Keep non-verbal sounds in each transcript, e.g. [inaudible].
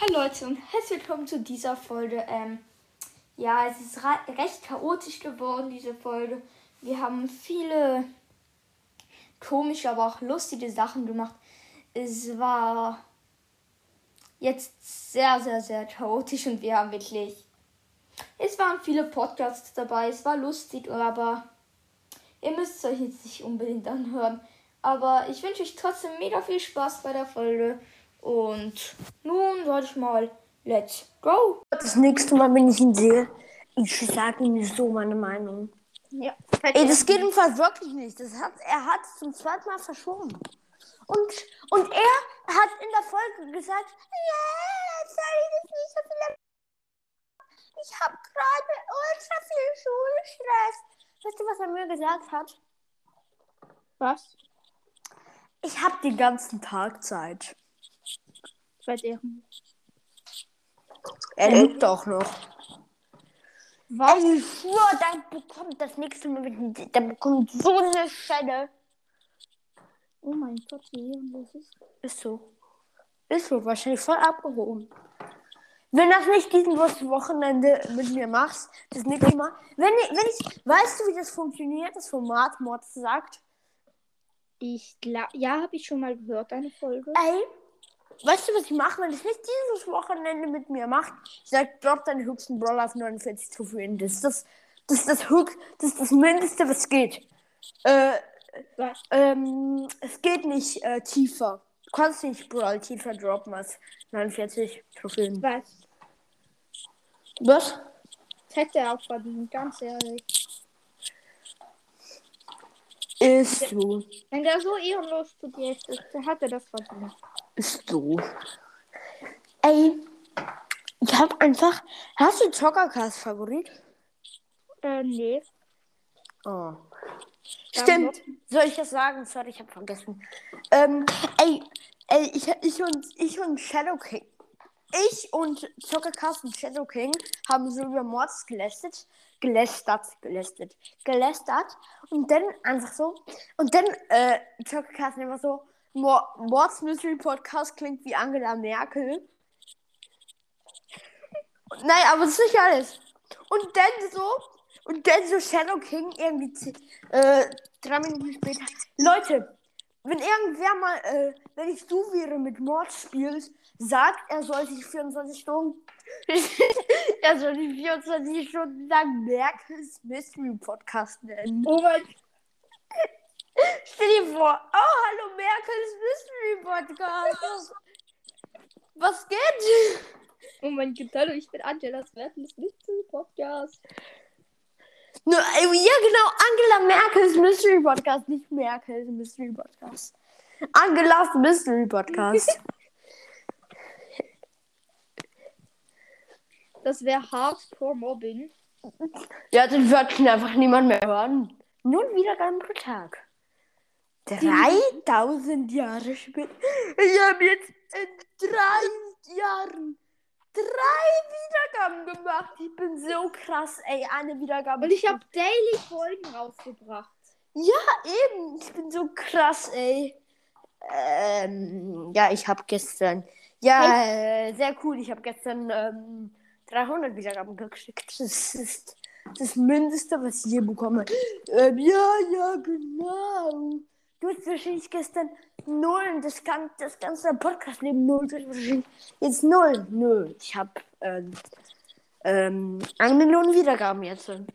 Hallo Leute und herzlich willkommen zu dieser Folge. Ähm, ja, es ist ra- recht chaotisch geworden, diese Folge. Wir haben viele komische, aber auch lustige Sachen gemacht. Es war jetzt sehr, sehr, sehr chaotisch und wir haben wirklich. Es waren viele Podcasts dabei, es war lustig, aber ihr müsst es euch jetzt nicht unbedingt anhören. Aber ich wünsche euch trotzdem mega viel Spaß bei der Folge. Und nun sage ich mal, let's go! Das nächste Mal, wenn ich ihn sehe, ich sage ihm so meine Meinung. Ja. Ey, das geht im Fall wirklich nicht. Das hat, er hat es zum zweiten Mal verschoben. Und, und er hat in der Folge gesagt, ja, sorry, dass ich so viel... Ich habe gerade ultra viel Schulstress. Weißt du, was er mir gesagt hat? Was? Ich habe den ganzen Tag Zeit. Bei deren. Er lebt auch noch. Was? Ey, ich schwör, dann bekommt das nächste Mal, wenn ich ihn- dann bekommt so eine Schelle. Oh mein Gott, wie ehrenlos ist Ist so. Ist so, wahrscheinlich voll abgehoben. Wenn das nicht diesen Wos- Wochenende mit mir machst, das nächste Mal. Wenn ich, wenn ich, weißt du, wie das funktioniert, das Format Mods sagt? Ich glaub, ja, habe ich schon mal gehört, eine Folge. Ey, weißt du, was ich mache, wenn es nicht dieses Wochenende mit mir macht? Ich sag, drop deinen höchsten Brawler auf 49 Trophäen. Das ist das, das ist das höchst, das ist das Mindeste, was geht. Äh, Was? ähm, es geht nicht äh, tiefer. Du kannst nicht Brawl tiefer droppen als 49 Trophäen. Was? Was? Das hätte er auch verdient, ganz ehrlich. Ist so. Wenn der so ehrenlos zu dir ist, dann hat er das verdient. Ist so. Ey, ich hab einfach. Hast du Zockercast Favorit? Äh, nee. Oh. Stimmt. Soll ich das sagen? Sorry, ich hab vergessen. Ähm, ey, ey, ich, ich und ich und Shadow King. Ich und Zockercast und Shadow King haben so über Mords gelästert, gelästert, gelästert, gelästert und dann einfach so und dann äh, Zockercast immer so Mor- Mords Mystery Podcast klingt wie Angela Merkel. Nein, aber das ist nicht alles. Und dann so, und dann so Shadow King irgendwie zehn- äh, drei Minuten später. Leute, wenn irgendwer mal, äh, wenn ich du wäre mit Mord spielt, sagt, er soll sich 24 Stunden, [laughs] er soll sich 24 Stunden lang Merkels Mystery Podcast nennen. Oh mein Stell dir vor, oh, hallo Merkels Mystery Podcast. Was geht? Oh mein Gott, hallo, ich bin Angela, das werden das nicht zum Podcast. Ne, äh, ja, genau. Angela Merkels Mystery Podcast, nicht Merkels Mystery Podcast. Angela's Mystery [laughs] Podcast. Das wäre Hardcore Mobbing. ja, den wird schon einfach niemand mehr hören. Nun wieder ganz pro Tag. 3000 Jahre später. Ich habe jetzt in drei Jahren drei Wiedergaben gemacht. Ich bin so krass, ey. Eine Wiedergabe. Und ich habe Daily Folgen rausgebracht. Eben, ich bin so krass, ey. Ähm, ja, ich habe gestern. Ja, äh, sehr cool. Ich habe gestern ähm, 300 Wiedergaben gekriegt. Das ist das Mindeste, was ich je bekomme. Ähm, ja, ja, genau. Du hast wahrscheinlich gestern null. Das, kann, das ganze Podcast neben null. Du hast wahrscheinlich jetzt null. Nö, ich habe ähm, ähm, eine Million Wiedergaben jetzt. Ja, [laughs]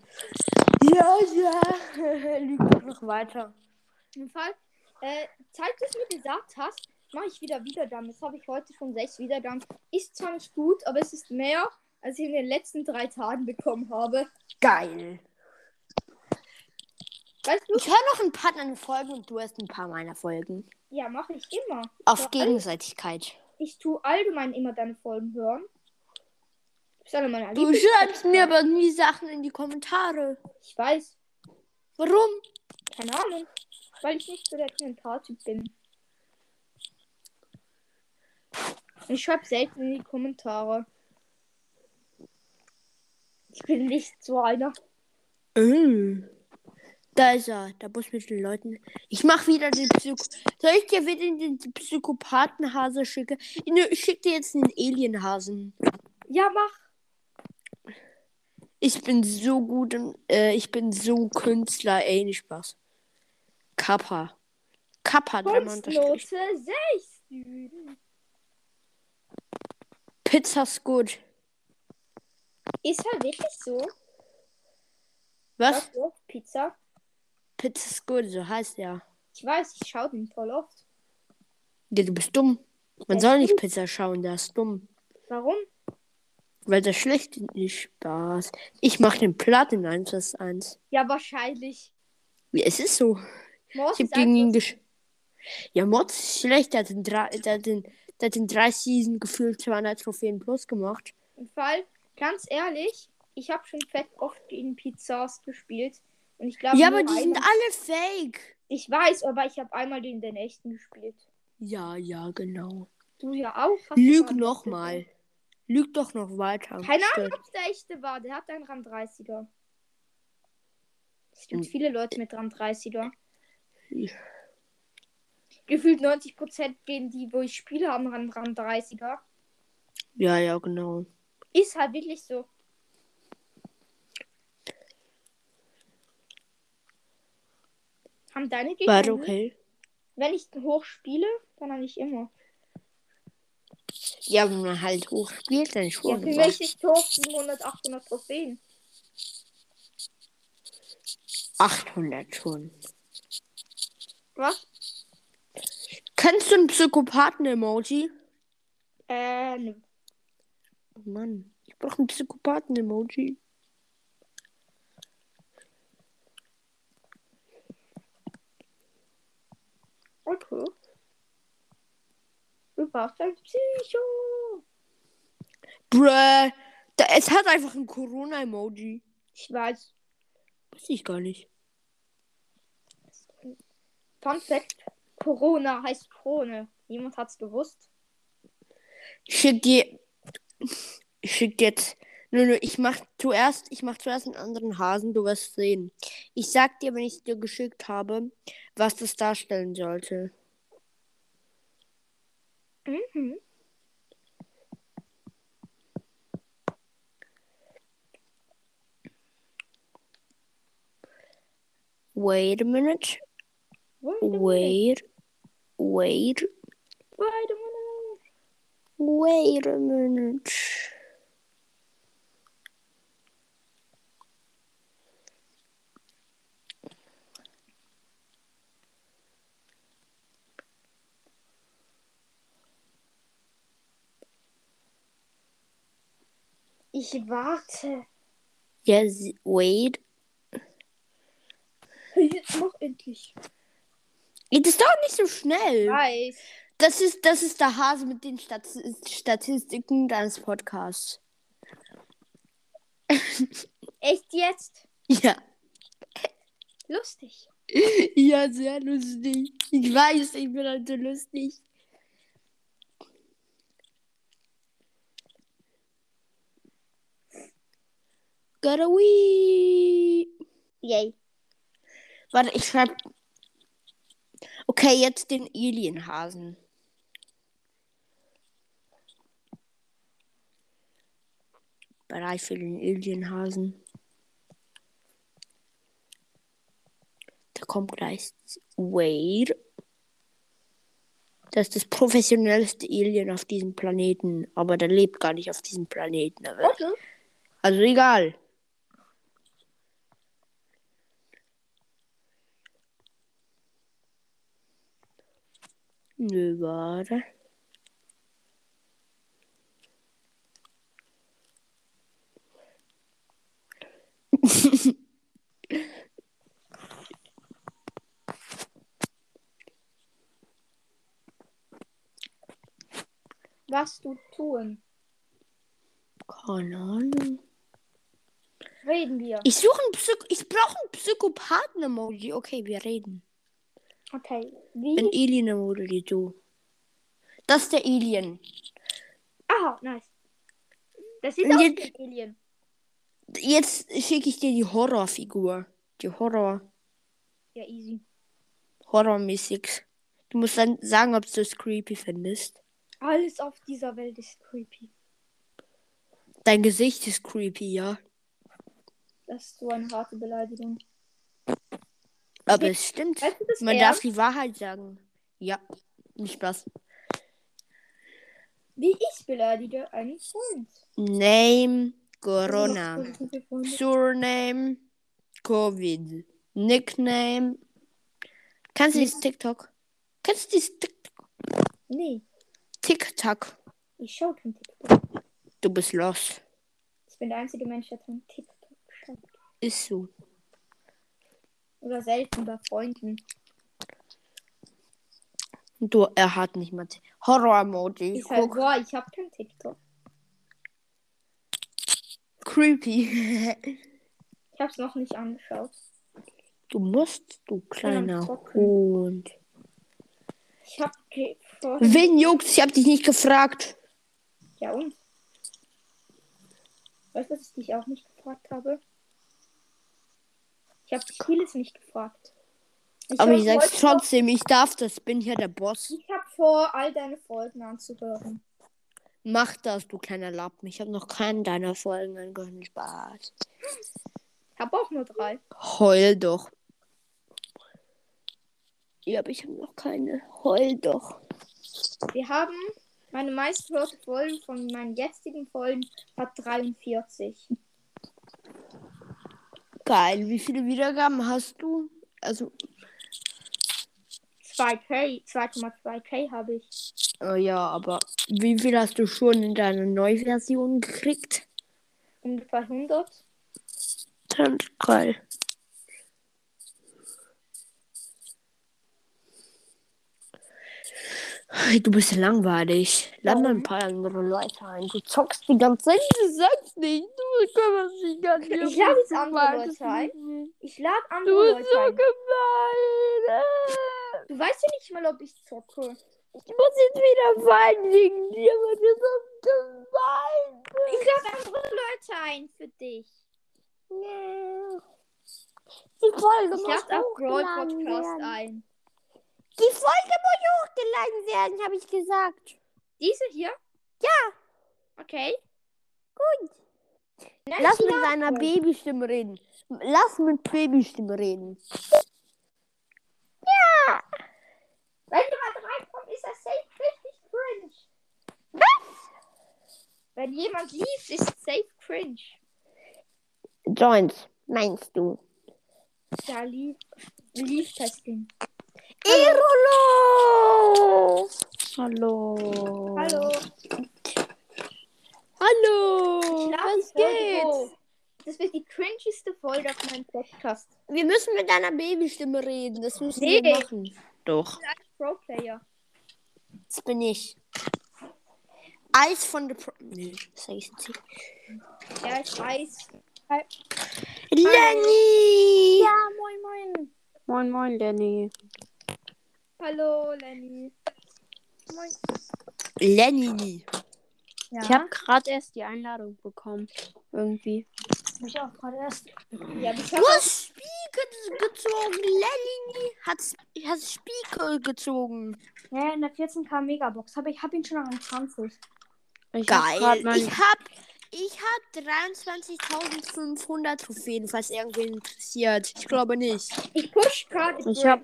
ja. Lügt doch noch weiter. Auf jeden Fall, äh, seit du es mir gesagt hast, mache ich wieder Wiederdamm. Jetzt habe ich heute schon sechs Wiederdamm. Ist zwar nicht gut, aber es ist mehr, als ich in den letzten drei Tagen bekommen habe. Geil. Weißt du? Ich höre noch ein paar deine Folgen und du hast ein paar meiner Folgen. Ja, mache ich immer. Auf Gegenseitigkeit. Ich tue allgemein immer deine Folgen hören. Ich soll meine Du Lieblings- schreibst mir aber nie Sachen in die Kommentare. Ich weiß. Warum? Keine Ahnung. Weil ich nicht so der Kommentartyp bin. Ich schreibe selten in die Kommentare. Ich bin nicht so einer. Äh. Da ist er. Da muss mit den Leuten. Ich mach wieder den Psycho. Soll ich dir wieder den Psychopathenhase schicken? Nö, ich schick dir jetzt einen Alienhasen. Ja, mach. Ich bin so gut im, äh, ich bin so Künstler, ey, nicht Spaß. Kappa. Kappa, dreimal Kunstnote unterstrich. 6. Süden. Pizza's gut. Ist er wirklich so? Was? so? Pizza? Pizza's gut, so heißt ja. Ich weiß, ich schaue den voll oft. Ja, du bist dumm. Man soll nicht Pizza schauen, das ist dumm. Warum? Weil das schlecht ist, nicht Spaß. Ich mach den Platin 1 das 1. Ja, wahrscheinlich. Ja, es ist so. Mord Ich hab ist gegen ihn einfach... gesch. Ja, Mods ist schlecht. Der hat in drei, der hat in, der hat in drei Season gefühlt 200 Trophäen plus gemacht. Im Fall, ganz ehrlich, ich habe schon fett oft gegen Pizzas gespielt. Und ich glaube, ja, aber nur die sind einmal- alle fake. Ich weiß, aber ich habe einmal gegen den echten gespielt. Ja, ja, genau. Du ja auch. hast du Lüg mal nochmal. Lüg doch noch weiter. Keine Ahnung. ob es der echte war. Der hat einen Rang 30er. Es gibt Hm. viele Leute mit Rang 30er. Ja. Gefühlt 90% gehen die, wo ich spiele, haben Rang Rang 30er. Ja, ja, genau. Ist halt wirklich so. Haben deine Gegner, War nie- okay. wenn ich hoch spiele, dann habe ich immer. Ja, wenn man halt hoch spielt, dann Ja, schon. für aber- mich ist hoch 700, 800 Trophäen. 800 schon. Was? Kennst du ein Psychopathen-Emoji? Äh, ne. Oh Mann, ich brauche ein Psychopathen-Emoji. Okay. Du brauchst ein Psycho. Bruh. Da, es hat einfach ein Corona-Emoji. Ich weiß. Weiß ich gar nicht. Fun Fact. Corona heißt Krone. Niemand hat's gewusst. Ich schick dir. Ich schick dir jetzt. Nö, nö, ich mach zuerst, ich mach zuerst einen anderen Hasen, du wirst sehen. Ich sag dir, wenn ich dir geschickt habe, was das darstellen sollte. Mhm. Wait a minute. Wait a minute. Wait. Wait. Wait a minute. Wait a minute. Ich warte. [laughs] Yes, wait. Hey, Jetzt mach endlich. Das dauert nicht so schnell. Weiß. Das ist, das ist der Hase mit den Stat Statistiken deines Podcasts. [laughs] Echt jetzt? Ja. Lustig. Ja, sehr lustig. Ich weiß, ich bin halt so lustig. Gotta wee. Yay. Warte, ich schreib. Okay, jetzt den Alienhasen. Bereit für den Alienhasen. Da kommt gleich Wade. Das ist das professionellste Alien auf diesem Planeten. Aber der lebt gar nicht auf diesem Planeten. aber- Okay. Also egal. Nö, warte. Was du tun? Keine Ahnung. Reden wir. Ich suche einen Psycho ich brauche einen Psychopathen-Emoji. Okay, wir reden. Okay. Ein Wie? Alien-Emoji, du. Das ist der Alien. Aha, nice. Das sieht Und aus jetzt- wie ein Alien. Jetzt schicke ich dir die Horrorfigur. Die Horror. Ja, easy. Horrormäßig. Du musst dann sagen, ob du es creepy findest. Alles auf dieser Welt ist creepy. Dein Gesicht ist creepy, ja. Das ist so eine harte Beleidigung. Aber es stimmt. Weißt du das Man darf ernst? die Wahrheit sagen. Ja. Nicht Spaß. Wie ich beleidige einen Freund. Name Corona. Positive Freunde. Surname Covid. Nickname. Kannst du Hm. dieses TikTok? Kannst du dieses Tik- Nee, TikTok? ich schau kein TikTok. Du bist lost. Ich bin der einzige Mensch, der kein TikTok schaut. Ist so. Oder selten bei Freunden. Du, er hat nicht mal Tik- Horror-Emoji. Ich halt, Guck. boah, ich hab kein TikTok. Creepy. [laughs] Ich hab's noch nicht angeschaut. du musst, du kleiner Zocken. Hund. Ich hab ge- vor. Wen juckt's? Ich hab dich nicht gefragt. Ja und? Weißt du, was ich dich auch nicht gefragt habe? Ich habe dich vieles nicht gefragt. Ich Aber hab ich sag's heute- trotzdem, ich darf das. Bin hier der Boss. Ich habe vor, all deine Folgen anzuhören. Mach das, du kleiner Lappen. Ich habe noch keinen deiner Folgen angehört. Spaß. Ich habe auch nur drei. Heul doch. Ja, aber ich habe noch keine. Heul doch. Wir haben meine meisthörte Folgen von meinen jetzigen Folgen hat 43. Geil. Wie viele Wiedergaben hast du? Also, 2K, 2,2K habe ich. äh, ja, aber wie viel hast du schon in deiner Neuversion gekriegt? Ungefähr 100. Dann geil. Du bist langweilig. Lade mal ein paar andere Leute ein. Du zockst die ganze Zeit. Du sagst nicht. Du bist nicht um ganz Ich lade jetzt andere Leute ein. Ich lade Du andere bist Leute so ein. gemein. Du weißt ja nicht mal, ob ich zocke. Ich muss jetzt wieder weinen wegen dir, weil du so gemein bist. Ich lade andere Leute ein für dich. Die Folge Ich muss lade auch Brawl hochgeladen Podcast werden. ein. Die Folge muss hochgeladen werden, habe ich gesagt. Diese hier? Ja. Okay. Gut. Lass mit seiner Babystimme reden. Lass mit Babystimme reden. Wenn jemand reinkommt, ist das safe richtig cringe. Was? Wenn jemand liest, ist es safe cringe. Joints, meinst du? Ja, lief. Lief testing. Erolo! Hallo. Hallo. Hallo. Schlaf Was die Folge geht? hoch. Das wird die cringeste Folge auf meinem Podcast. Wir müssen mit deiner Babystimme reden. Das müssen Nee. wir machen. Doch. Pro-Player. Das bin ich. Eis von der Pro. Nee, sag ich jetzt nicht. Ja, ich weiß. Lenny! Ja, moin, moin. Moin, moin, Lenny. Hallo, Lenny. Moin. Lenny. Ja. Ich habe gerade erst die Einladung bekommen. Irgendwie. mich auch gerade erst. Ja, ich hab Was? Spiegel gezogen. Lenny hat, hat Spiegel gezogen. Ja, in der 14k Megabox. Hab ich hab ihn schon an 20. Ich hab Geil. grad mein- Ich hab, ich hab 23.500 Trophäen, falls irgendwen interessiert. Ich glaube nicht. Ich push gerade. Ich habe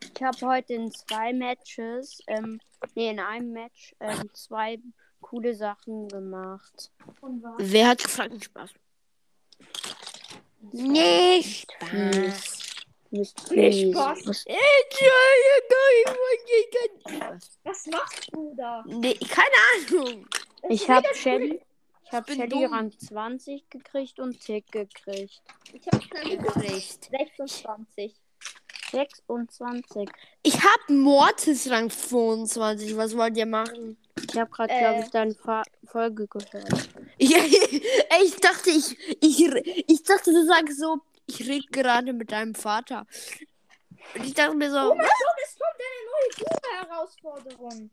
ich hab heute in zwei Matches, ähm, nee, in einem Match, ähm, zwei coole Sachen gemacht. Wer hat gefragt? Nicht Spaß. Nicht Spaß. Mist, Nicht please. Spaß. Was- Was machst du da? Nee, keine Ahnung. Das ist Ich habe mega Shelly, ich hab bin Shelly dumm. Rang 20 gekriegt und Tick gekriegt. cool. Ich hab schon Gekriegt. 26. 26. Ich hab Mortis Rang 25. Was wollt ihr machen? [laughs] Ich habe gerade, Äh. glaube ich, deine Fa Folge gehört. Ich, ey, ich dachte, ich, ich, re- ich dachte, du sagst so, ich rede gerade mit deinem Vater. Und ich dachte mir so, Oh mein Gott, es kommt eine neue Herausforderung.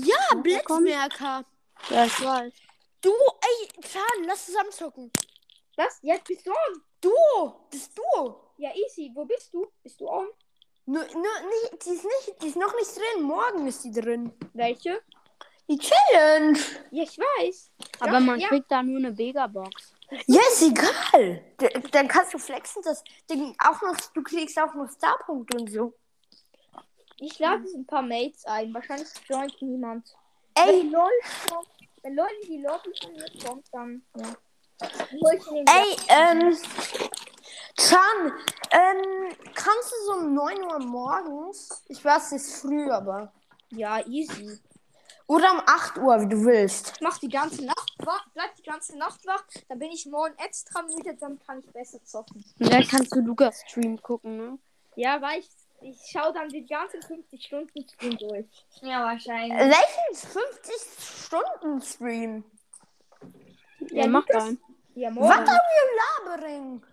ah, Blitzmerker. Ja, ich weiß. Du, ey, Chan, lass zusammen zocken. Was? Jetzt bist du Duo, das Duo. Ja, easy. Wo bist du? Bist du on? Nur, nur, nicht, die, ist nicht, die ist noch nicht drin. Morgen ist die drin. Welche? Die Challenge. Ja, ich weiß. Aber man ja. kriegt da nur eine Mega-Box. Ja, ist egal. D dann kannst du flexen. Das Ding auch noch, du kriegst auch noch Starpunkte und so. Ich lade jetzt ein paar Mates ein. Wahrscheinlich joint niemand. Ey, Wenn LOL kommt, wenn LOL in die Lobby von mir kommt, dann. Ja. Hol ich den ey, ähm. Chan, ähm, kannst du so um 9 Uhr morgens? Ich weiß, es ist früh, aber. Ja, easy. Oder um 8 Uhr, wie du willst. Ich mach die ganze Nacht wach, bleib die ganze Nacht wach, dann bin ich morgen extra müde, dann kann ich besser zocken. Und dann kannst du Lukas Stream gucken, ne? Ja, weil ich, ich schaue dann die ganzen 50 Stunden Stream durch. Ja, wahrscheinlich. Äh, Welchen 50-Stunden-Stream? Der Ja, macht Lukas- einen. Ja, What morgen. are you labering?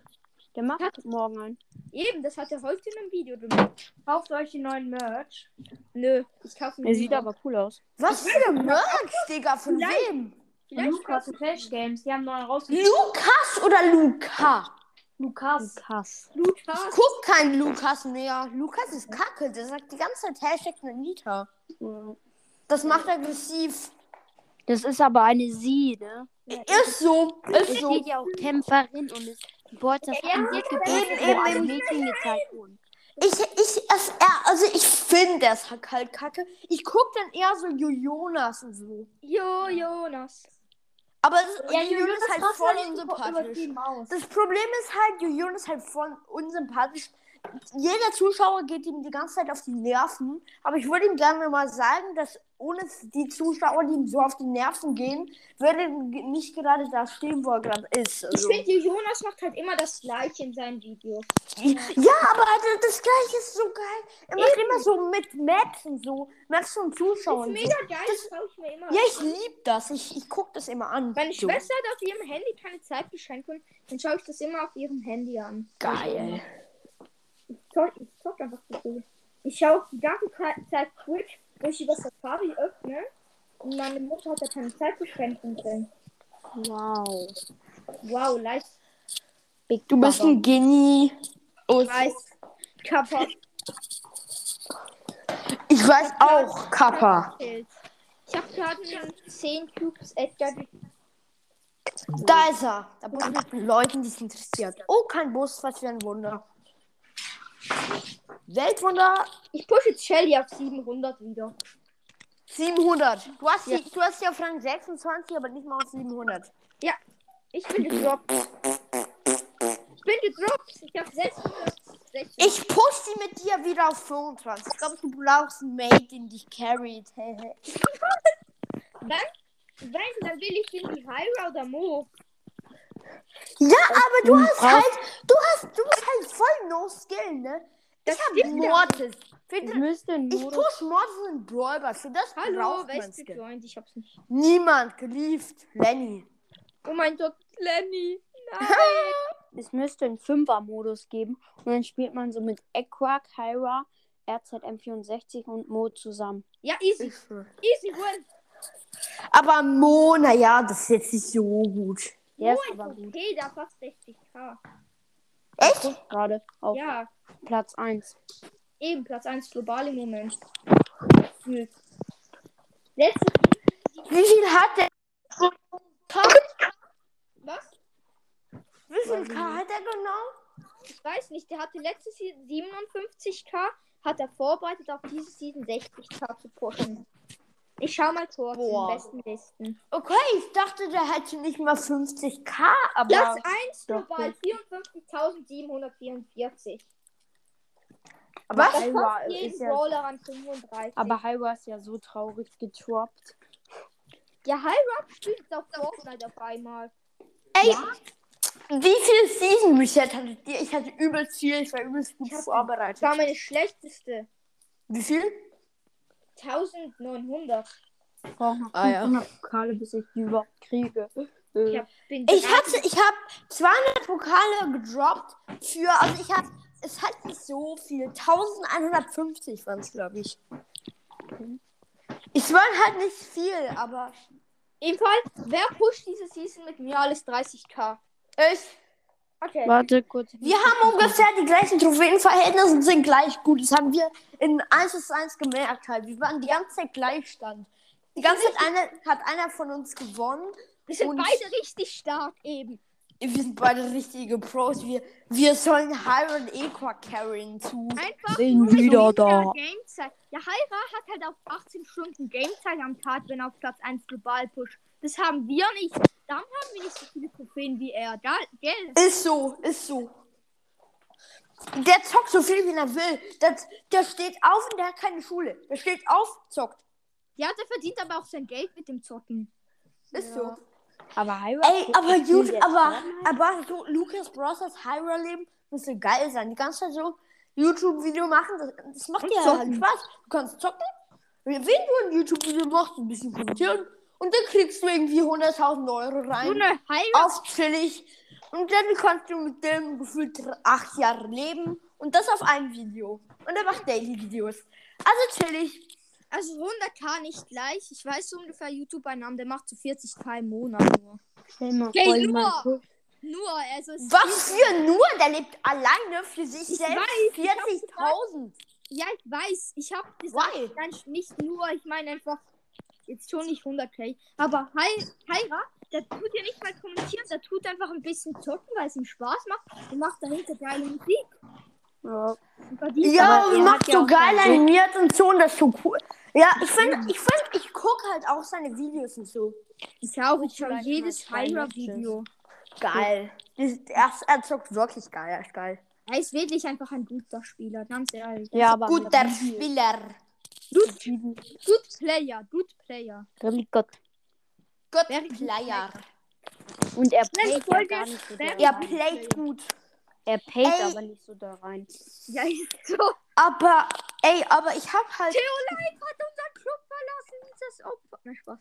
Der macht morgen einen. Eben, das hat er heute in einem Video gemacht. Kauft euch den neuen Merch. Nö, ich kaufe Der sieht aber cool aus. Was für ein Merch, Digga, von Vielleicht- wem? Vielleicht Lukas und Flash Games, die haben neuen rausgebracht. Lukas oder Luca? Lukas. Krass. Ich Lukas. guck kein Lukas mehr. Lukas ist kacke. Der sagt die ganze Zeit Hashtag Nanita. Das macht aggressiv. Das ist aber eine Sie, ne? Ist so. Es Ist so. steht ja auch Kämpferin und es Geburtstag das hat ein Geburtstag, eben, wo alle eben. Mädchen gezeigt wurden. Ich, ich, es, er, also ich finde es halt kacke. Ich guck dann eher so Jonas und so. Jo, Jonas. Aber es, Ja, Jonas ist halt passt voll nicht unsympathisch. übertrieben aus. Das Problem ist halt, Jonas ist halt voll unsympathisch. Jeder Zuschauer geht ihm die ganze Zeit auf die Nerven. Aber ich würde ihm gerne mal sagen, dass ohne die Zuschauer, die ihm so auf die Nerven gehen, würde er nicht gerade da stehen, wo er gerade ist. Ich Also. finde, Jonas macht halt immer das gleiche in seinen Videos. Ja, aber Alter, das gleiche ist so geil. Er macht immer so mit Maps und so. Maps und Das ist Zuschauern. mega geil, das schaue ich mir immer Ja, ich liebe das. Ich, ich gucke das immer an. Meine so. Schwester hat auf ihrem Handy keine Zeitbeschränkung, dann schaue ich das immer auf ihrem Handy an. Geil. Zock- Ich zocke einfach so viel. Ich schaue die ganze Ka- Zeit Twitch, wo ich über Safari öffne. Und meine Mutter hat da keine Zeitbeschränkung drin. Wow. Wow, leicht. Du bist ein Genie. Ich weiß. Kappa. Ich weiß auch, Kappa. Ich habe gerade einen 10 Cubes äh, Edgar. Da ist er. Da muss ich mit Leuten, die es interessiert. Oh, kein Bus, was für ein Wunder. Weltwunder Ich pushe jetzt Shelly auf 700 wieder. 700. Du hast, die, du hast die auf Rang 26, aber nicht mal auf 700. Ich bin gedroppt. Ich bin gedroppt. Ich habe 660. Ich push die mit dir wieder auf 25. Ich glaube, du brauchst einen Mate, den dich carried. Wenn, dann will ich den die Hyra oder Mo. ja, aber du hast halt, du hast, du bist halt voll no skill, ne? Das ich hab ja. Mortis. Für Ich den- müsste einen Ich Modus. push Mortis in Brawl Ball. Für das Hallo, braucht wer man ist Skill. gejoint? Ich hab's nicht. Niemand geliebt. Lenny. Oh mein Gott, Lenny. Nein. Es müsste einen Fünfer-Modus geben. Und dann spielt man so mit Equa, Kyra, RZM64 und Mo zusammen. ja, easy. Easy win. Aber Mo, naja, das ist jetzt nicht so gut. Der ist Mo aber ist gut. okay, da fast 60k. Echt? Gerade auf Ja, Platz 1. eben Platz 1 global im Moment. Gefühlt. Letzte, Wie viel hat der? was? Wie viel K hat er genau? Ich weiß nicht, der hatte letzte Season 57k, hat er vorbereitet, auf diese Season 60k zu pushen. Ich schau mal kurz Boah. in den besten Listen. Okay, ich dachte, der hätte nicht mal 50k, aber. Platz 1 Doch, global 54.744. aber Das was? Hyra passt Also ist jeden ja, Brawler an 35. aber Hyra ist ja so traurig getroppt. ja, High spielt jetzt auf Fortnite auf einmal. Ey, wie viele Season Reset hattet ihr? Ich hatte übelst viel, ich war übelst gut Ich hab- Das vorbereitet. war meine schlechteste. Wie viel? 1900. Ich brauche noch Ah, ja. 500 Pokale, bis ich die überhaupt kriege. Ich Äh, hab, bin Ich dran. hatte, ich habe 200 Pokale gedroppt für, also ich habe, es hat nicht so viel, 1150 waren es, glaube ich. Ich waren halt nicht viel, aber Ebenfalls, wer pusht diese Season mit mir alles 30k? ich, Okay. Warte kurz. Wir haben ungefähr die gleichen Trophäenverhältnisse und sind gleich gut. Das haben wir in 1 zu 1 gemerkt halt. Wir waren die ganze Zeit Gleichstand. Die ganze Zeit eine, hat einer von uns gewonnen. Wir sind Und- beide richtig stark eben. Wir sind beide richtige Pros. Wir, wir sollen Hyra und Equa carryen zu. Einfach Bin nur mit wieder weniger da. Gamezeit. Ja, Hyra hat halt auf 18 Stunden Gamezeit am Tag, wenn er auf Platz 1 global pusht. Das haben wir nicht. Dann haben wir nicht so viele Trophäen wie er. Da, gell? Ist so, ist so. Der zockt so viel, wie er will. Der, der steht auf und der hat keine Schule. Der steht auf, zockt. Ja, der verdient aber auch sein Geld mit dem Zocken. Ist so. Aber Hyra. Ey, aber gut, aber, ne? aber so Lucas Brothers Hyra Leben müsste geil sein. Die ganze Zeit so YouTube-Video machen, das, das macht dir halt Spaß. Du kannst zocken, wenn du ein YouTube-Video machst, ein bisschen kommentieren und dann kriegst du irgendwie 100.000 Euro rein. Junge, Hyra. auf chillig. Und dann kannst du mit dem gefühlt acht Jahre leben. Und das auf einem Video. Und er macht Daily-Videos. Also chillig. Also 100k nicht gleich. Ich weiß so ungefähr YouTube-Einnahmen. Der macht so 40k im Monat nur. Stell mal Ey, voll nur. mal kurz. Nur, also es Was für nur? Der lebt alleine für sich Ich selbst. 40.000. Ja, ich weiß. Ich habe gesagt, Why? nein, nicht nur, ich meine einfach jetzt schon nicht 100k, aber Hei- Heira, der tut ja nicht mal kommentieren, der tut einfach ein bisschen zocken, weil es ihm Spaß macht und macht dahinter geile Musik. Ja. Und verdient Ja, Aber und er macht hat ja so auch geil kein Geld. animiert und so. Und das ist so cool. Ja, ich finde, ich finde, ich gucke halt auch seine Videos und so. Ich auch, ich schaue Vielleicht jedes mal zwei Heira-Video. Geil. Das, er, er zockt wirklich geil. Er ist geil. Er ist wirklich einfach ein guter Spieler, ganz ehrlich. Ja, aber. Guter Spieler. Good, good Player, good Player. Really good. Good Very good Player. Und er Nein, payt ja Folge- gar nicht so da Nein. Er rein. playt gut. Er payt Ey. aber nicht so da rein. Ja, ist so. Theo Aber, ey, aber ich hab halt. Leib Oh hat unseren Club verlassen, dieses Opfer. Na, Spaß.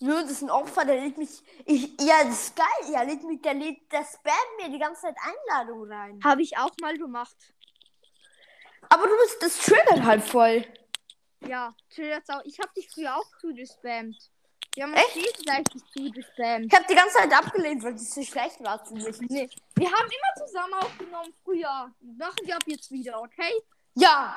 Nö, das ist ein Opfer, der lädt mich. Ich, ja, das ist geil. Ja, lädt mich, der lädt, der spammt mir die ganze Zeit Einladungen rein. Habe ich auch mal gemacht. Aber du bist, das triggert halt voll. Ja, jetzt auch. Ich habe dich früher auch zugespammt. Wir haben uns gegenseitig zugespammt. Ich hab die ganze Zeit abgelehnt, weil das so schlecht war zu mich. Nee, wir haben immer zusammen aufgenommen früher. Machen wir ab jetzt wieder, okay? Ja,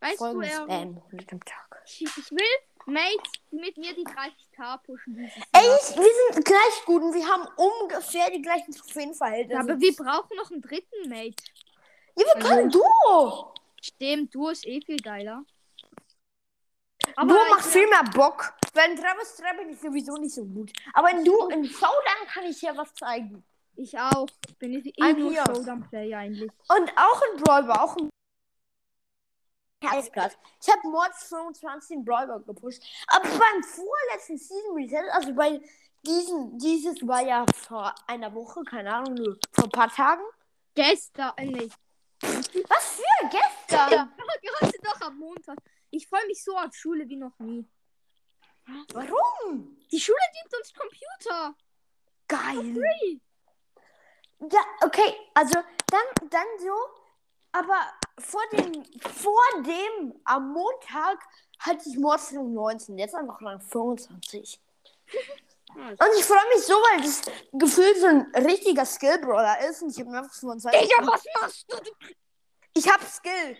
Weißt voll du, mit er, Spam mit dem Tag. ich, ich will Mates mit mir die 30k pushen dieses Ey, Jahr. ich, wir sind gleich gut und wir haben ungefähr die gleichen Trophäenverhältnisse. Aber wir brauchen noch einen dritten Mate. ja, wir können Duo. Stimmt, du ist eh viel geiler. Duo macht viel mehr Bock. Weil in Travis Trap bin ich sowieso nicht so gut. Aber in Duo, in Showdown kann ich hier was zeigen. ich auch. Bin ich eh Ein nur Hier. Showdown-Player eigentlich. Und auch ein Brawler, auch ein. Alles klar. Ich habe Mords 25 in Brawler gepusht. Aber beim vorletzten Season Reset, also bei diesen, dieses war ja vor einer Woche, keine Ahnung, nö, vor ein paar Tagen. Gestern, äh, nee, Was für gestern? [laughs] Heute doch am Montag. Ich freue mich so auf Schule wie noch nie. Warum? Die Schule gibt uns Computer. Geil. Ja, okay, also dann, dann so, aber vor dem, vor dem am Montag hatte ich Mords 19, jetzt einfach lang 25. Und ich freue mich so, weil das Gefühl so ein richtiger Skill-Brawler ist und ich habe mir einfach 25. Digga, was machst du? du Ich habe Skill.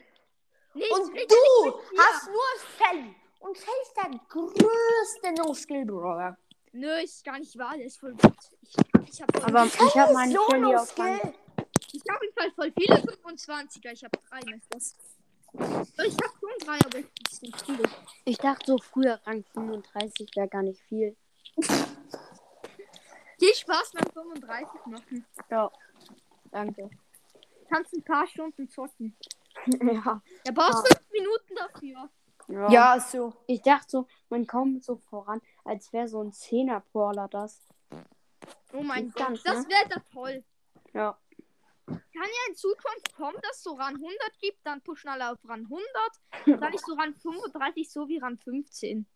nicht, Und nicht, du mit mir. hast nur Shelly. Und Shelly ist der größte No-Skill-Brawler. Nö, ist gar nicht wahr. Der ist voll gut. Ich, ich habe voll, Aber ich habe meine Shelly auf Rang Solo-Skill. ich hab auf jeden Fall voll viele 25er. Ich habe drei. ne, Was? Ich habe schon drei, aber ich sind viele. Ich dachte so früher Rang 35 wäre gar nicht viel. Viel Spaß beim 35 machen. Ja. Danke. Kannst ein paar Stunden zocken. ja. Da brauchst fünf Minuten dafür. ja. Ja, ist so. Ich dachte so, man kommt so voran, als wäre so ein 10er Brawler das. Oh mein Ist Gott, ganz, das ne? wäre doch toll. Ja. Kann ja in Zukunft kommen, dass es so RAN 100 gibt, dann pushen alle auf RAN [laughs] 100, dann ist so RAN 35 so wie RAN 15.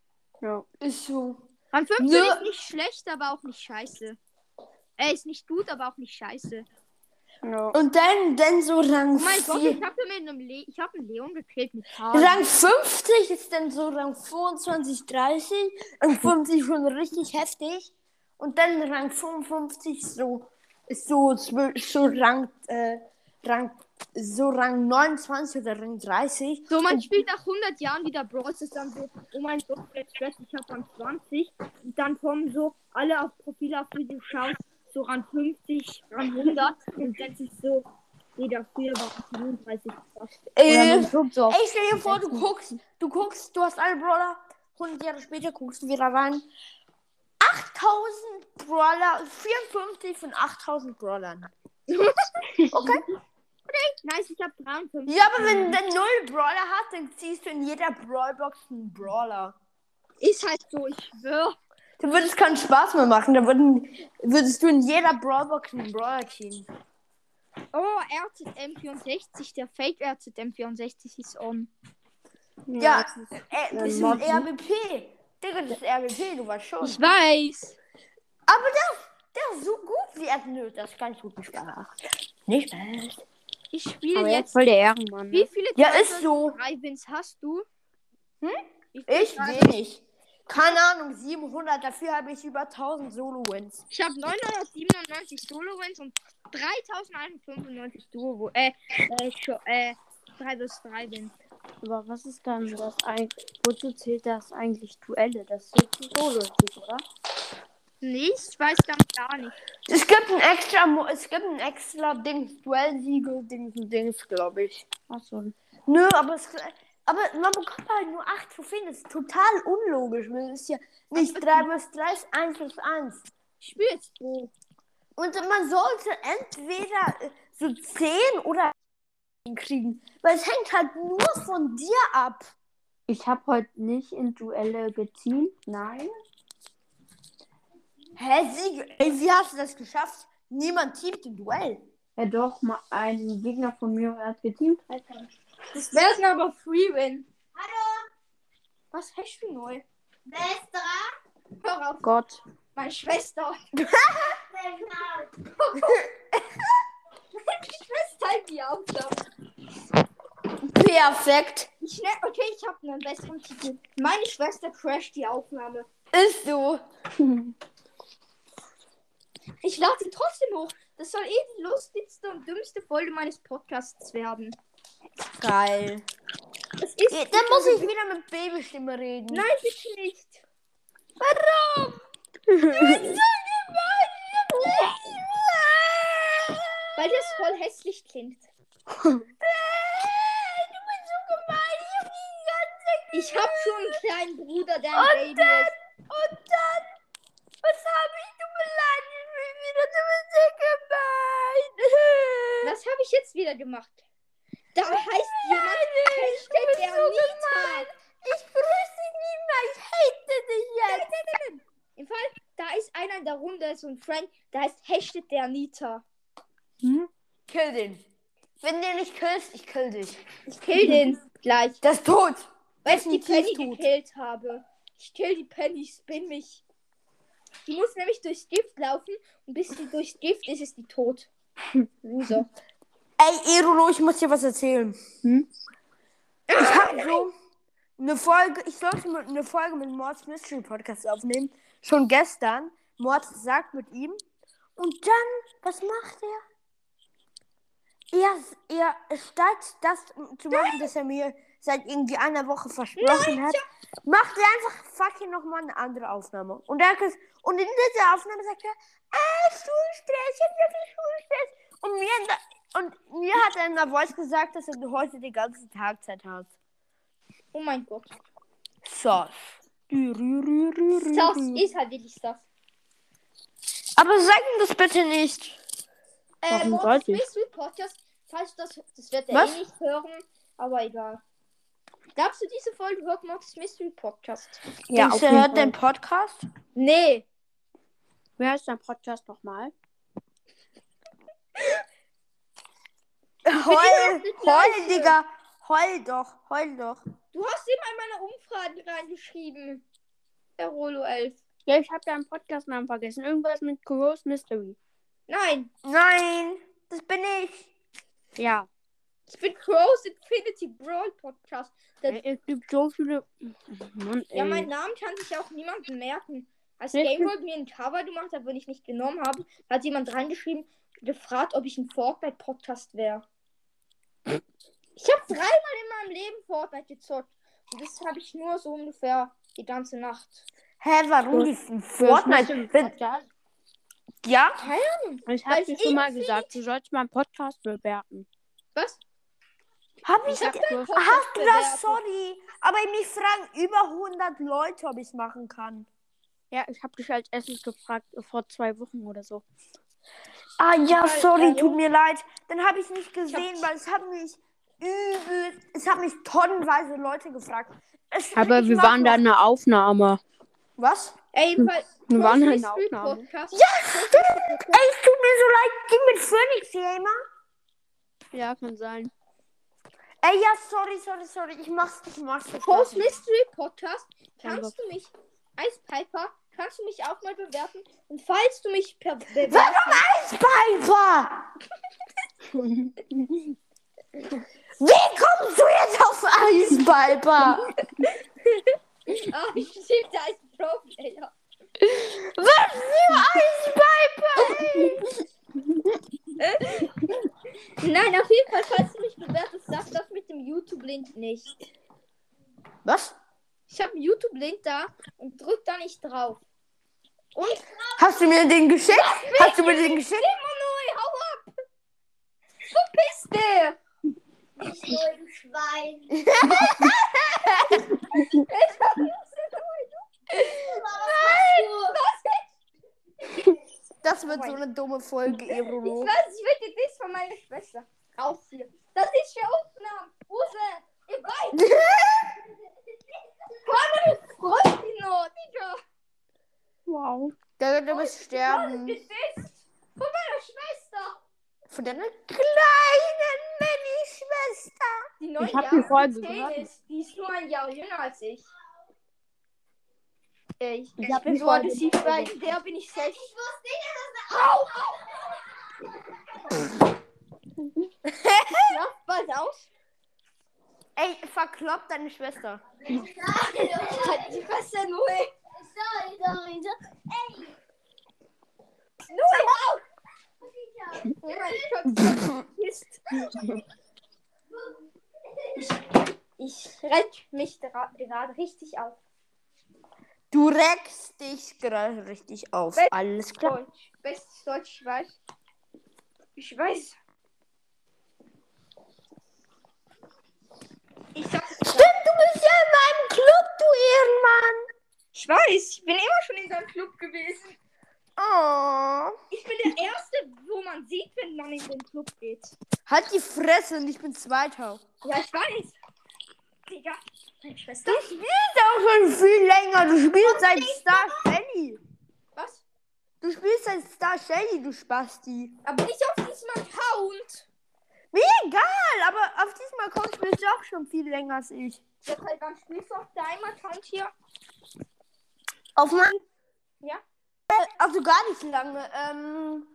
Ja. Ist so. RAN 15 Nö. ist nicht schlecht, aber auch nicht scheiße. Er ist nicht gut, aber auch nicht scheiße. Ja. Und dann, dann so Rang Oh mein Gott, 4. ich habe mir einem Le ich hab einen Leon gekillt mit Karl. Rang 50 ist dann so Rang 25, 30. Rang 50 schon richtig heftig. Und dann Rang 55 so ist so, zwö- so Rang, äh, Rang, so Rang 29 oder Rang 30. So, man spielt nach 100 Jahren wieder Brawl Stars, dann so, oh mein Gott, jetzt stress, ich hab Rang 20. Und dann kommen so alle auf Profile, auf die du schaust, so Rang 50, Rang 100. Und plötzlich so, jeder früher war 37. Äh, guckt so auf. Ey, stell dir vor, du guckst, du guckst, du hast alle Brawler, 100 Jahre später guckst du wieder rein. 8000 Brawler, 54 von 8000 Brawlern. Nice, ich hab 53. Ja, aber wenn der null Brawler hat, dann ziehst du in jeder Brawlbox einen Brawler. Ist halt so, ich schwör. Dann würde es keinen Spaß mehr machen. Dann würden, würdest du in jeder Brawlbox einen Brawler ziehen. Oh, RZM64, der Fake RZM64 ist on. Ja, äh, das ist ein RBP. Digga, das ist RBP, du weißt schon. Ich weiß. Der ist so gut wie er. Nö, das ist ganz guten Spaß. Nicht best. Ich spiele Aber jetzt. jetzt voll der Ehrenmann. ne? Wie viele Ja, ist so. drei Wins hast du? Hm? Ich wenig. Keine Ahnung, 700. Dafür habe ich über 1000 Solo-Wins. Ich habe 997 Solo-Wins und 3195 Duo, wo, äh, äh, Scho- äh, 3 bis 3 Wins. Aber was ist dann das eigentlich? Wozu zählt das eigentlich Duelle? Das zählt zu Solo, oder? Nee, ich weiß dann gar nicht. Es gibt ein extra, Mo- es gibt ein extra Dings, Duellsiegel, Dings, Dings, glaube ich. Achso. Nö, aber es, aber man bekommt halt nur 8 Trophäen. Das ist total unlogisch. Man ist ja nicht 3 plus 3 ist 1 plus 1. Ich spiele jetzt Bo. Und man sollte entweder äh, so 10 oder 10 kriegen. Weil es hängt halt nur von dir ab. Ich habe heute nicht in Duelle geteamt. Nein. Hä, Sieg, ey, wie hast du das geschafft? Niemand teamt im Duell. Ja, doch, mal ein Gegner von mir hat geteamt. Das wäre dann aber Free Win. Hallo? Was hast du neu? Bestra? Hör auf, Gott. meine Schwester. meine Schwester hat die Auto. Perfekt. Ich ne okay, ich habe einen besseren Titel. Meine Schwester crasht die Aufnahme. Ist so. Ich lade sie trotzdem hoch. Das soll eh die lustigste und dümmste Folge meines Podcasts werden. Geil. Es ist Ja, dann muss ich wieder mit Babystimme reden. Nein, bitte nicht. [laughs] Warum? Das ist so gemein. Weil das voll hässlich [laughs] klingt. du bist so gemein. Ich hab schon einen kleinen Bruder, der ein Baby ist. [laughs] Was habe ich jetzt wieder gemacht? Da heißt jemand Hashtag der Anita. Ich grüße nie mehr. Ich hate dich jetzt. Im Fall, da ist einer in der Runde, so ein Friend, der heißt Hashtag der Anita. Kill den. Wenn du nicht killst, ich kill dich. Ich kill den gleich, Das ist tot. weil ich die Definitiv Penny tot. gekillt habe. Ich kill die Penny, ich spin mich. Die muss nämlich durchs Gift laufen und bis die durchs Gift ist, ist die [laughs] tot. Loser. Ey, Erolo, ich muss dir was erzählen. Hm? Ich habe so eine Folge, ich sollte mit, eine Folge mit Mords Mystery Podcast aufnehmen. Schon gestern. Mords sagt mit ihm. Und dann, was macht er? Er, er statt das zu machen, das er mir seit irgendwie einer Woche versprochen hat, macht er einfach fucking nochmal eine andere Aufnahme. Und, er, und in dieser Aufnahme sagt er, ah, Schulstress, ich hab wirklich Schulstress. Und mir, in der- und mir hat er in der Voice gesagt, dass er heute den ganzen Tag Zeit hat. Oh mein Gott. Sos. Das ist halt wirklich das. Aber sag ihm das bitte nicht. Äh, Warum Mortis sollte ich? Mystery Podcast, falls das, das wird er Was? eh nicht hören, aber egal. Glaubst du, diese Folge hört Mortis Mystery Podcast? Ja, auf Denkst, er jeden hört Fall. den Podcast? Nee. Wie heißt dein Podcast nochmal? Heul, das heul, Gleiche. Digga. Heul doch, heul doch. Du hast immer in meine Umfragen reingeschrieben. Der Rolo 11. Ja, ich habe deinen Podcastnamen vergessen. Irgendwas mit Gross Mystery. Nein, Nein, das bin ich. Ja. ich bin Crows Infinity Brawl Podcast. Das- Äh, Es gibt so viele. Mann, ey. Ja, meinen Namen kann sich auch niemand merken. Als Nicht Gameworld mir ein Cover gemacht hat, wenn ich nicht genommen habe, hat jemand reingeschrieben, gefragt, ob ich ein Fortnite-Podcast wäre. Ich habe dreimal in meinem Leben Fortnite gezockt. Und das habe ich nur so ungefähr die ganze Nacht. Hä, warum die Fortnite? Wenn, ja? Ich habe Weil dir ich schon mal gesagt, du sollst meinen Podcast bewerten. Was? Hab ich Ich hab keinen Ah, Podcast Hast Ach, das, sorry. Aber mich fragen über 100 Leute, ob ich es machen kann. Ja, ich habe dich als erstes gefragt äh, vor zwei Wochen oder so. Ah ja, Weil- sorry, warum? tut mir leid. Dann habe ich nicht gesehen, weil es hat mich übel, es hat mich tonnenweise Leute gefragt. Es, Aber ich wir mach waren da noch- in einer Aufnahme. Was? Ey, jedenfalls. Hm. Wir waren in Crosby's einer Street Aufnahme. Podcast. Ey, es tut mir so leid, die mit Phoenix Gamer. Ja, kann sein. Ey, ja, sorry, sorry, sorry. Ich mach's, ich mach's. Ich mach's. Post Mystery Podcast. Kannst Danke. du mich, Eispiper, kannst du mich auch mal bewerten? Und falls du mich per bewerten, [laughs] Piper! Wie kommst du jetzt auf Eis, Piper? ah, ich sehe da ist ein Pro-Player. Was für Eis, Piper? [laughs] Nein, auf jeden Fall, falls du mich bewertest, sag das mit dem YouTube-Link nicht. Was? Ich habe einen YouTube-Link da und drück da nicht drauf. Hast du mir den geschickt? Hast du mir den geschickt? Emanuel, hau ab! Verpiss dich! Ich so ein [laughs] Schwein. Das wird so eine dumme Folge, Ebro. Ich weiß, ich will dir nichts von meiner Schwester. Raus hier. Das ist für Aufnahmen. Huse, ihr beiden. Komm, du freust dich noch, Digga. Wow. Da Oh, wird aber sterben. Gedisst. Von meiner Schwester. Von deiner kleinen Mini-Schwester. Die neun Ich hab die Jahre Folge alt gehört. ist. Die ist nur ein Jahr jünger als ich. Ich, ich, hab bin die so Folge aggressiv, gehört. weil in der bin ich selbst. [laughs] Ich wusste nicht, dass das. Au, au! Schlaf bald aus. Ey, verkloppt deine Schwester. Halt die Fresse, Noe. Sorry, sorry, sorry. Noe, auf! Oh mein Gott, Mist. Ich, ich reck mich dra- gerade richtig auf. Du reckst dich gerade richtig auf. Wel- Alles klar. Deutsch. Bestes Deutsch, ich weiß. Ich weiß. Ich sag's. Stimmt, du bist ja in meinem Club, du Ehrenmann. Ich weiß, ich bin immer schon in seinem Club gewesen. Oh. Ich bin der Erste, wo man sieht, wenn man in den Club geht. Halt die Fresse und ich bin Zweiter. Ja, ich weiß. Digga, meine Schwester. Ist auch schon viel länger. Du spielst seit Star Shelly. Was? Du spielst seit Star Shelly, du Spasti. Aber nicht auf diesem Account. Mir egal, aber auf diesem Account spielst du auch schon viel länger als ich. Deshalb, wann spielst du auf deinem Account hier? Auf meinem. Ja? Äh, Also gar nicht lange. Ähm,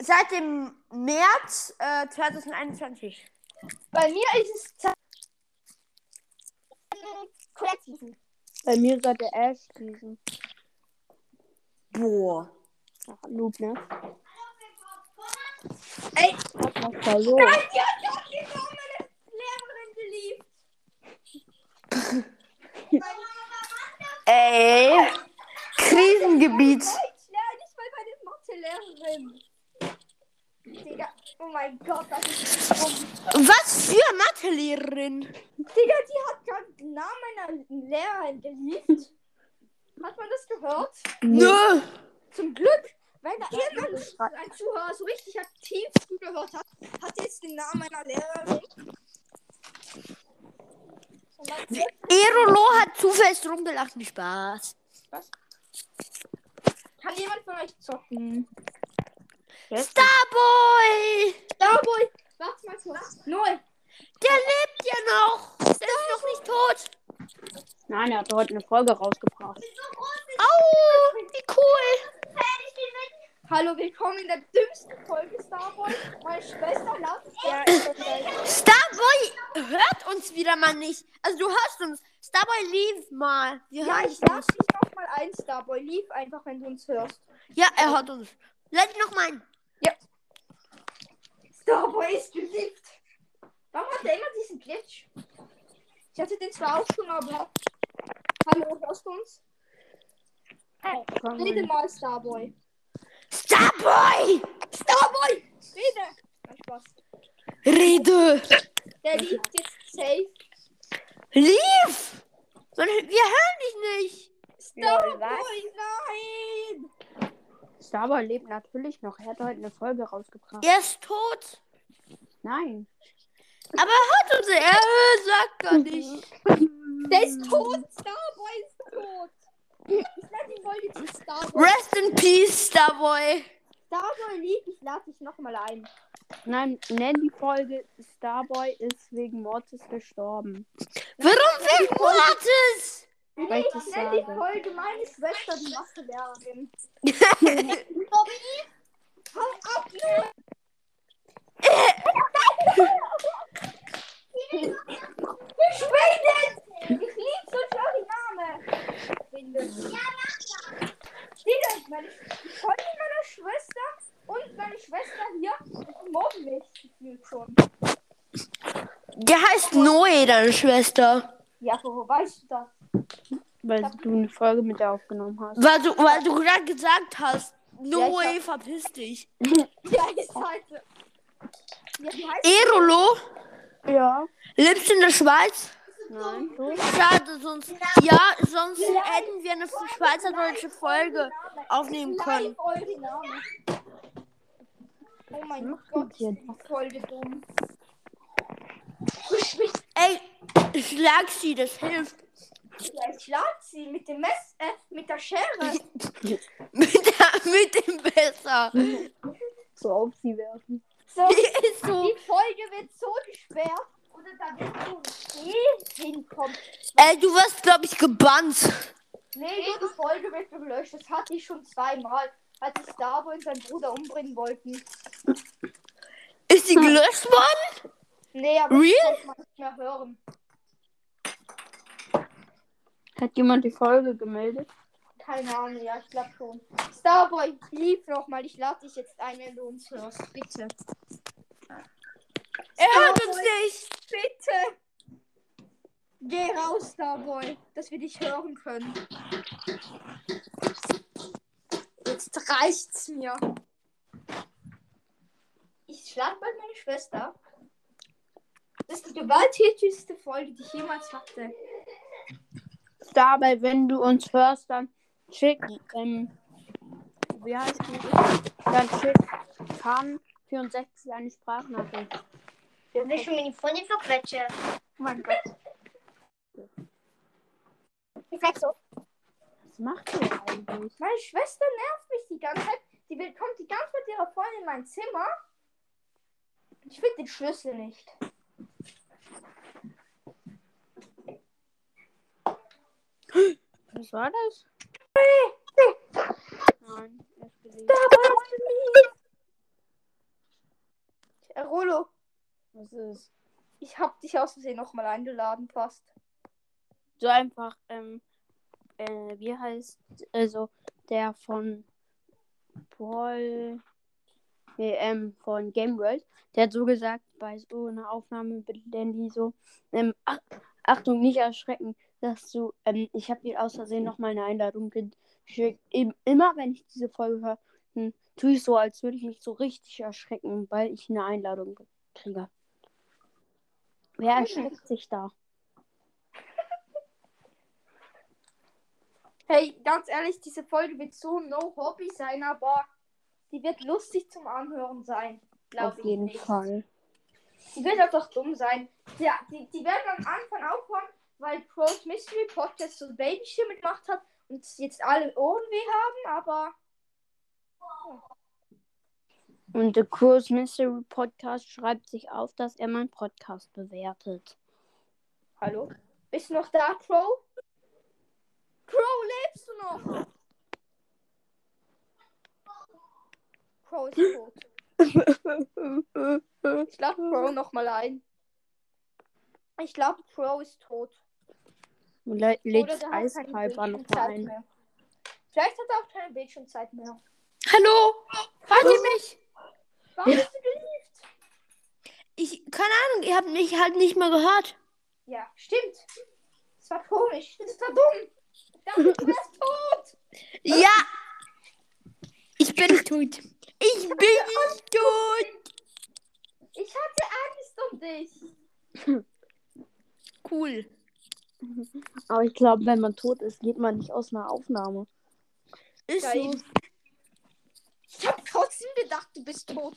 seit dem März äh, 2021. Bei mir ist es. Zeit- Kollektiven. Bei mir seit der Ash diesen. Boah. Ach, Loop, ne? Ey. Was macht da los? Die hat gerade die Form meiner Lehrerin geliebt. Ey. Krisengebiet. Deutsch, lerne ich mal bei der Mathelehrerin. Digga, oh mein Gott, das ist dumm. Was für Mathelehrerin. Digga, die hat gerade den Namen meiner Lehrerin geliebt. Hat man das gehört? Nö. Zum Glück, wenn da irgendein ein Zuhörer so richtig aktiv zugehört hat, hat jetzt den Namen meiner Lehrerin. Und dann Erolo hat zufällig rumgelacht. Nicht Spaß. kann jemand von euch zocken. Starboy. Starboy, warte mal kurz. Null. Der lebt ja noch. Der ist noch nicht tot. Nein, er hat heute eine Folge rausgebracht. Au. Wie cool. Hallo, willkommen in der dümmsten Folge Starboy. Meine Schwester lautet ja. Starboy hört uns wieder mal nicht. Also du hörst uns. Starboy lief mal. Wir Ja, hören ich dich darf nicht. dich nochmal ein Starboy. Lief einfach, wenn du uns hörst. Ja, er hat uns. Leute, noch mal. ein. Starboy ist geliebt. Warum hat er immer diesen Glitch? Ich hatte den zwar auch schon, aber. Hallo, hörst du uns? Rede mal, Starboy. Starboy! Starboy! Rede! Nein, Spaß. Rede! Der liegt jetzt safe. Lief! Man, wir hören dich nicht. Starboy, nein! Starboy lebt natürlich noch. Er hat heute eine Folge rausgebracht. Er ist tot. Nein. Hat uns, er sagt Mhm. gar nicht. Der ist tot! Starboy ist tot! Ich lade ihn wohl jetzt Starboy. Rest in peace, Starboy. Starboy lieb, ich lade dich nochmal ein. Nein, nenn die Folge Starboy ist wegen Mortis gestorben. Warum fünf Monate? Nee, Weil ich ich das nenne die sage. Folge meine Schwester, die Mathelehrerin. Ich liebe solche Origami. Ja, mach das. Digga, meine Sch- Freunde meiner Schwester und meine Schwester hier mobben mich gefühlt schon. Der heißt Noe, deine Schwester. Ja, wo weißt du das? Weil du eine Folge mit ihr aufgenommen hast. Weil du, weil du gerade gesagt hast, Noe, Ja, ich verpiss dich. [laughs] Ja, ist halt. Ja, wie heißt Erolo, Ja. lebst in der Schweiz? Nein. Du? Schade, sonst. Ja, sonst hätten wir eine schweizerdeutsche Folge aufnehmen können. Live eure Namen. Oh mein Hm? Gott, ich bin voll dumm. Ey, schlag sie, das hilft. Ja, ich schlag sie mit dem Mess, äh, mit der Schere. [laughs] Mit, der, mit dem Messer. So auf sie werfen. So, Die ist so. die Folge wird so schwer. Oder da wirst du eh hinkommen. Ey, du wirst, glaube ich, gebannt. Nee, die Folge wird gelöscht. Das hatte ich schon zweimal, als ich Starboy und seinen Bruder umbringen wollten. Ist sie gelöscht worden? Nee, aber ich Real? kann man nicht mehr hören. Hat jemand die Folge gemeldet? Keine Ahnung, ja, ich glaube schon. Starboy, lieb nochmal. Ich lade dich jetzt ein, wenn du uns hörst. Bitte. Er hört uns nicht. Bitte! Geh raus, Starboy, dass wir dich hören können. Jetzt reicht's mir. Ich schlag bald meine Schwester. Das ist die gewalttätigste Folge, die ich jemals hatte. Starboy, wenn du uns hörst, dann schick. Ähm, wie heißt die? Dann schick Kahn 64 eine Sprachnachricht. Oh Ich will mich von dir verquetschen. Ich sag so. Was macht ihr eigentlich? Meine Schwester nervt mich die ganze Zeit. Die will- kommt die ganze Zeit mit ihrer Freundin in mein Zimmer. Ich finde den Schlüssel nicht. Was war das? Nein, er ist gelesen. Äh, Rolo, Was ist? ich hab dich aus Versehen nochmal eingeladen, passt. So einfach, ähm, äh, wie heißt, also der von Paul, nee, ähm, von Game World, der hat so gesagt, bei so einer Aufnahme mit Dandy so, ähm, ach, Achtung, nicht erschrecken, dass du, ähm, ich habe dir aus Versehen nochmal eine Einladung geschickt. Eben, immer wenn ich diese Folge höre, hm, tue ich so, als würde ich mich so richtig erschrecken, weil ich eine Einladung kriege. Hm. Wer erschreckt sich da? Hey, ganz ehrlich, diese Folge wird so no hobby sein, aber die wird lustig zum Anhören sein. glaub Auf ich jeden nicht. Fall. Die wird einfach dumm sein. Ja, die, die werden am Anfang aufhören, weil Pros Mystery Podcast so ein Babystimme gemacht hat und jetzt alle Ohrenweh haben, aber Und der Cruise Mystery Podcast schreibt sich auf, dass er meinen Podcast bewertet. hallo? Bist du noch da, Crow? Crow, lebst du noch? Crow ist tot. Ich lade Crow nochmal ein. Ich glaube, Crow ist tot. Und le lädt der hat keine Eispiper noch Zeit ein. mehr. Vielleicht hat er auch keine Bildschirmzeit mehr. Hallo? Hört ihr mich? Warum bist du denn? Ich, keine Ahnung, ihr habt mich halt nicht mehr gehört. Ja, stimmt. Das war komisch. Das war dumm. Dann [laughs] du wärst tot. Ja! Ich bin nicht tot. Ich bin nicht tot. Ich hatte Angst um dich. Cool. Aber ich glaube, wenn man tot ist, geht man nicht aus einer Aufnahme. Ist Geil. so. Ich habe trotzdem gedacht, du bist tot.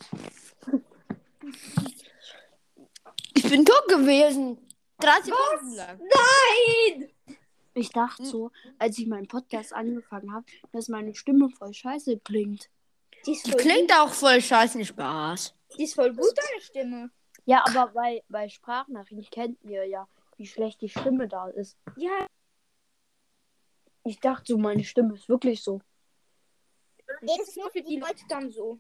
Ich bin tot gewesen. Drei Sekunden lang. Ich dachte so, als ich meinen Podcast angefangen habe, dass meine Stimme voll scheiße klingt. Die ist voll, Klingt auch voll scheiße Spaß. die ist voll gut, deine Stimme. Ja, aber bei, bei Sprachnachrichten kennt ihr ja, wie schlecht die Stimme da ist. Ja. Ich dachte so, meine Stimme ist wirklich so. Nee, das ist nur für die Leute dann so.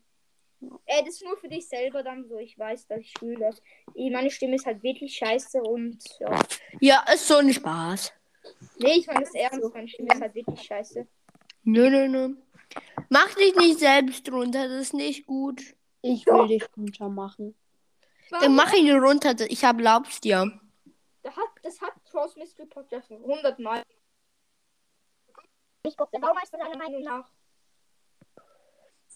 Äh, das ist nur für dich selber dann so. Ich weiß, dass ich fühle das. Eh, Meine Stimme ist halt wirklich scheiße und ja. Ja, ist so ein Spaß. Nee, ich meine das ernst. Meine Stimme ist halt wirklich scheiße. Nö, nö, nö. Mach dich nicht selbst runter, das ist nicht gut. Ich will dich runter machen. Dann mach ihn runter, das- ich hab Laubs dir. Das hat, das hat Cross Mystery Podcast 100 Mal. Ich gucke, warum ist das eine Meinung nach?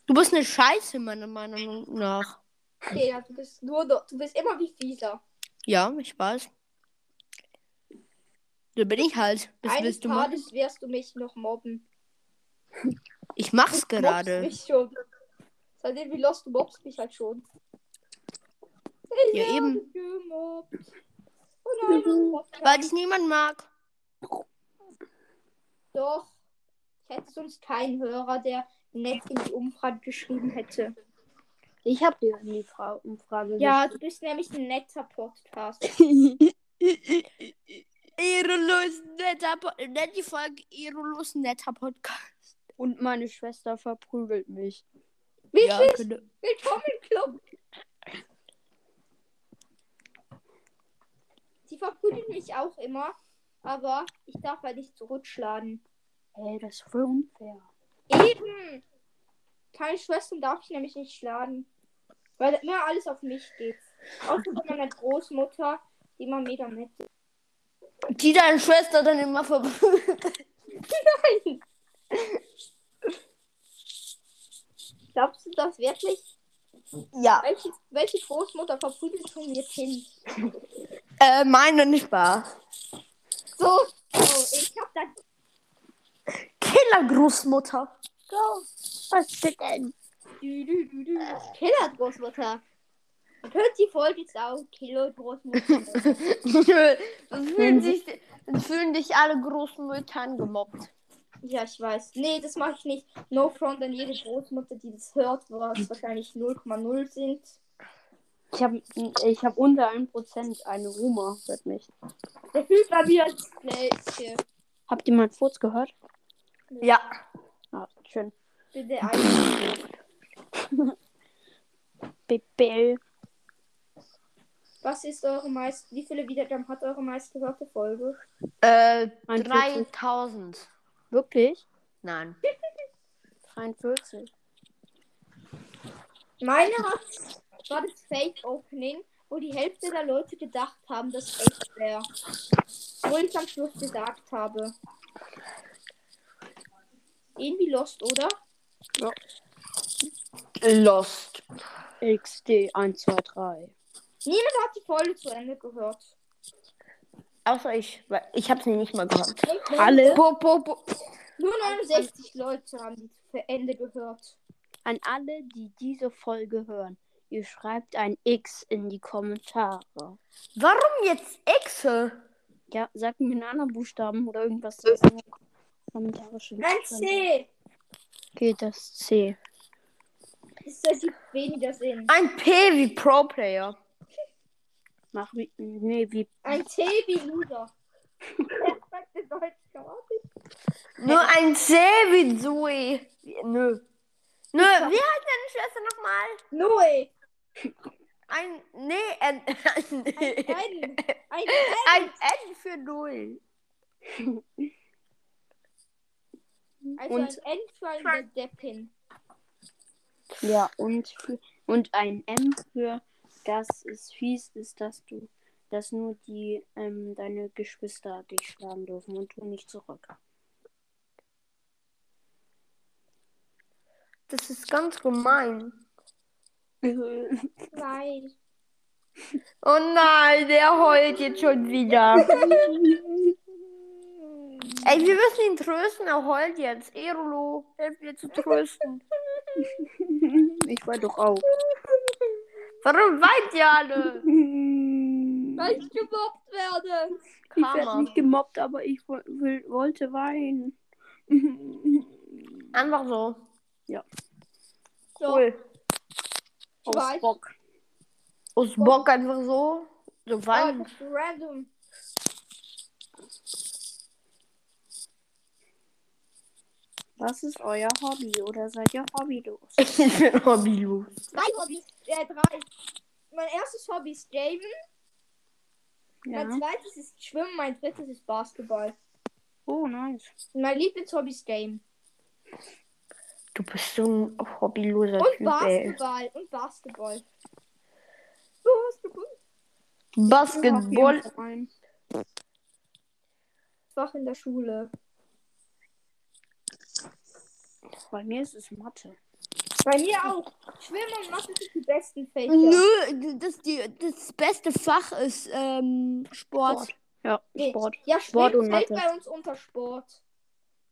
Du bist eine Scheiße, meiner Meinung nach. Okay, ja, du bist nur do, du bist immer wie fieser. Ja, ich weiß. Da bin ich halt. Was Eines willst du machen? Tages wirst du mich noch mobben. Ich mach's Du gerade. Mobst mich schon. Seitdem wie lost du mobst mich halt schon. Ich Ja, werde eben. Gemobbt. Und einer mobbt mich. Weil dich niemand [laughs] mag. Doch. Ich hätte sonst keinen Hörer, der nett in die Umfrage geschrieben hätte. Ich habe dir in die Fra Umfrage Ja, du bist nämlich ein netter [laughs] Podcast. Ehrenlos netter Podcast. Nenn die Folge Ehrenlos netter Podcast. Und meine Schwester verprügelt mich. Wirklich? Ja, könnte- Willkommen im Club. Sie verprügeln mich auch immer, aber ich darf halt nicht zurückschlagen. Ey, das ist voll unfair. Eben! Keine Schwestern darf ich nämlich nicht schlagen. Weil immer alles auf mich geht. Außer von meiner Großmutter, die immer mega nett ist. die deine Schwester dann immer verprügelt. [laughs] Glaubst du das wirklich? [laughs] Ja. Welche, welche Großmutter verprügelt schon ihr Kind? Äh, meine nicht Spaß. So, oh, ich hab da Killer-Großmutter. Go! Was denn? Du, du, du, du. Killer Großmutter. Und hört die Folge jetzt auch. Killer Großmutter. dann, [laughs] fühlen sich, dann fühlen dich alle Großmüttern gemobbt. ja, ich weiß. Nee, das mache ich nicht. No front an jede Großmutter, die das hört, was wahrscheinlich 0,0 sind. Ich habe ich hab unter 1% eine Roma mit mich. Der Typ war wieder das gleiche. Habt ihr meinen Furz gehört? Ja. Ah, schön. Bitte ein. Bebel. Was ist eure meist. Wie viele Wiedergaben hat eure meistgehörte Folge? Äh, 43. 3000. Wirklich? Nein. 43. Meine hat. War das Fake Opening, wo die Hälfte der Leute gedacht haben, dass es echt wäre. Wo ich am Schluss gesagt habe. Irgendwie lost, oder? Lost. XD 1, 2, 3. Niemand hat die Folge zu Ende gehört. Außer ich. weil Ich hab's nicht mal gehört. Alle? Po, po, po. Nur 69 Leute haben die zu Ende gehört. An alle, die diese Folge hören. Ihr schreibt ein X in die Kommentare. Warum jetzt Exe? Ja, sagt mir einen anderen Buchstaben oder irgendwas. das in die Kommentare schreibt. Ein C! Okay, das C. Das ergibt weniger Sinn. Ein P wie Pro Player. Mach wie. Nee, wie. Ein T wie Loser. Er sagt in Deutsch, glaube ich. Nur ein C wie Zoe. Wie- Nö. Nö, wie heißt deine Schwester nochmal? Noe! Ein. Nee, ein. [laughs] Ein, Ein, ein, ein N für Null. Also Und- ein N für einen Deppin. Ja, und, für, und ein M für das ist fies, ist, dass du, dass nur die, ähm, deine Geschwister dich schlagen dürfen und du nicht [laughs] zurück. Das ist ganz gemein. Nein. Oh nein, der heult jetzt schon [laughs] wieder. Ey, wir müssen ihn trösten, er heult jetzt. Erolo, helf mir zu trösten. ich war doch [laughs] auch. Warum weint ihr alle? Weil ich gemobbt werde. Ich werde Karma. nicht gemobbt, aber ich wo- will, wollte [laughs] weinen. Einfach so. So, Cool. ich Aus weiß. Bock. Aus Bock einfach so. So Oh, weinen. das ist random. Was ist euer Hobby oder seid ihr [laughs] hobbylos? Ich bin hobbylos. Mein Hobby ist, äh, drei. Mein erstes Hobby ist Gamen, mein Ja. zweites ist Schwimmen, mein drittes ist Basketball. Oh, nice. Und mein Lieblingshobby ist Game. Du bist so ein hobbyloser Und Typ, ey. Basketball. Und Basketball. Basketball. Basketball. Fach in der Schule. Bei mir ist es Mathe. Bei mir auch. Schwimmen und Mathe sind die besten Fächer. Nö, das, die, das beste Fach ist ähm, Sport. Ja, Nee. Sport. Ja, Schwimmen Sport und fällt Mathe. bei uns unter Sport.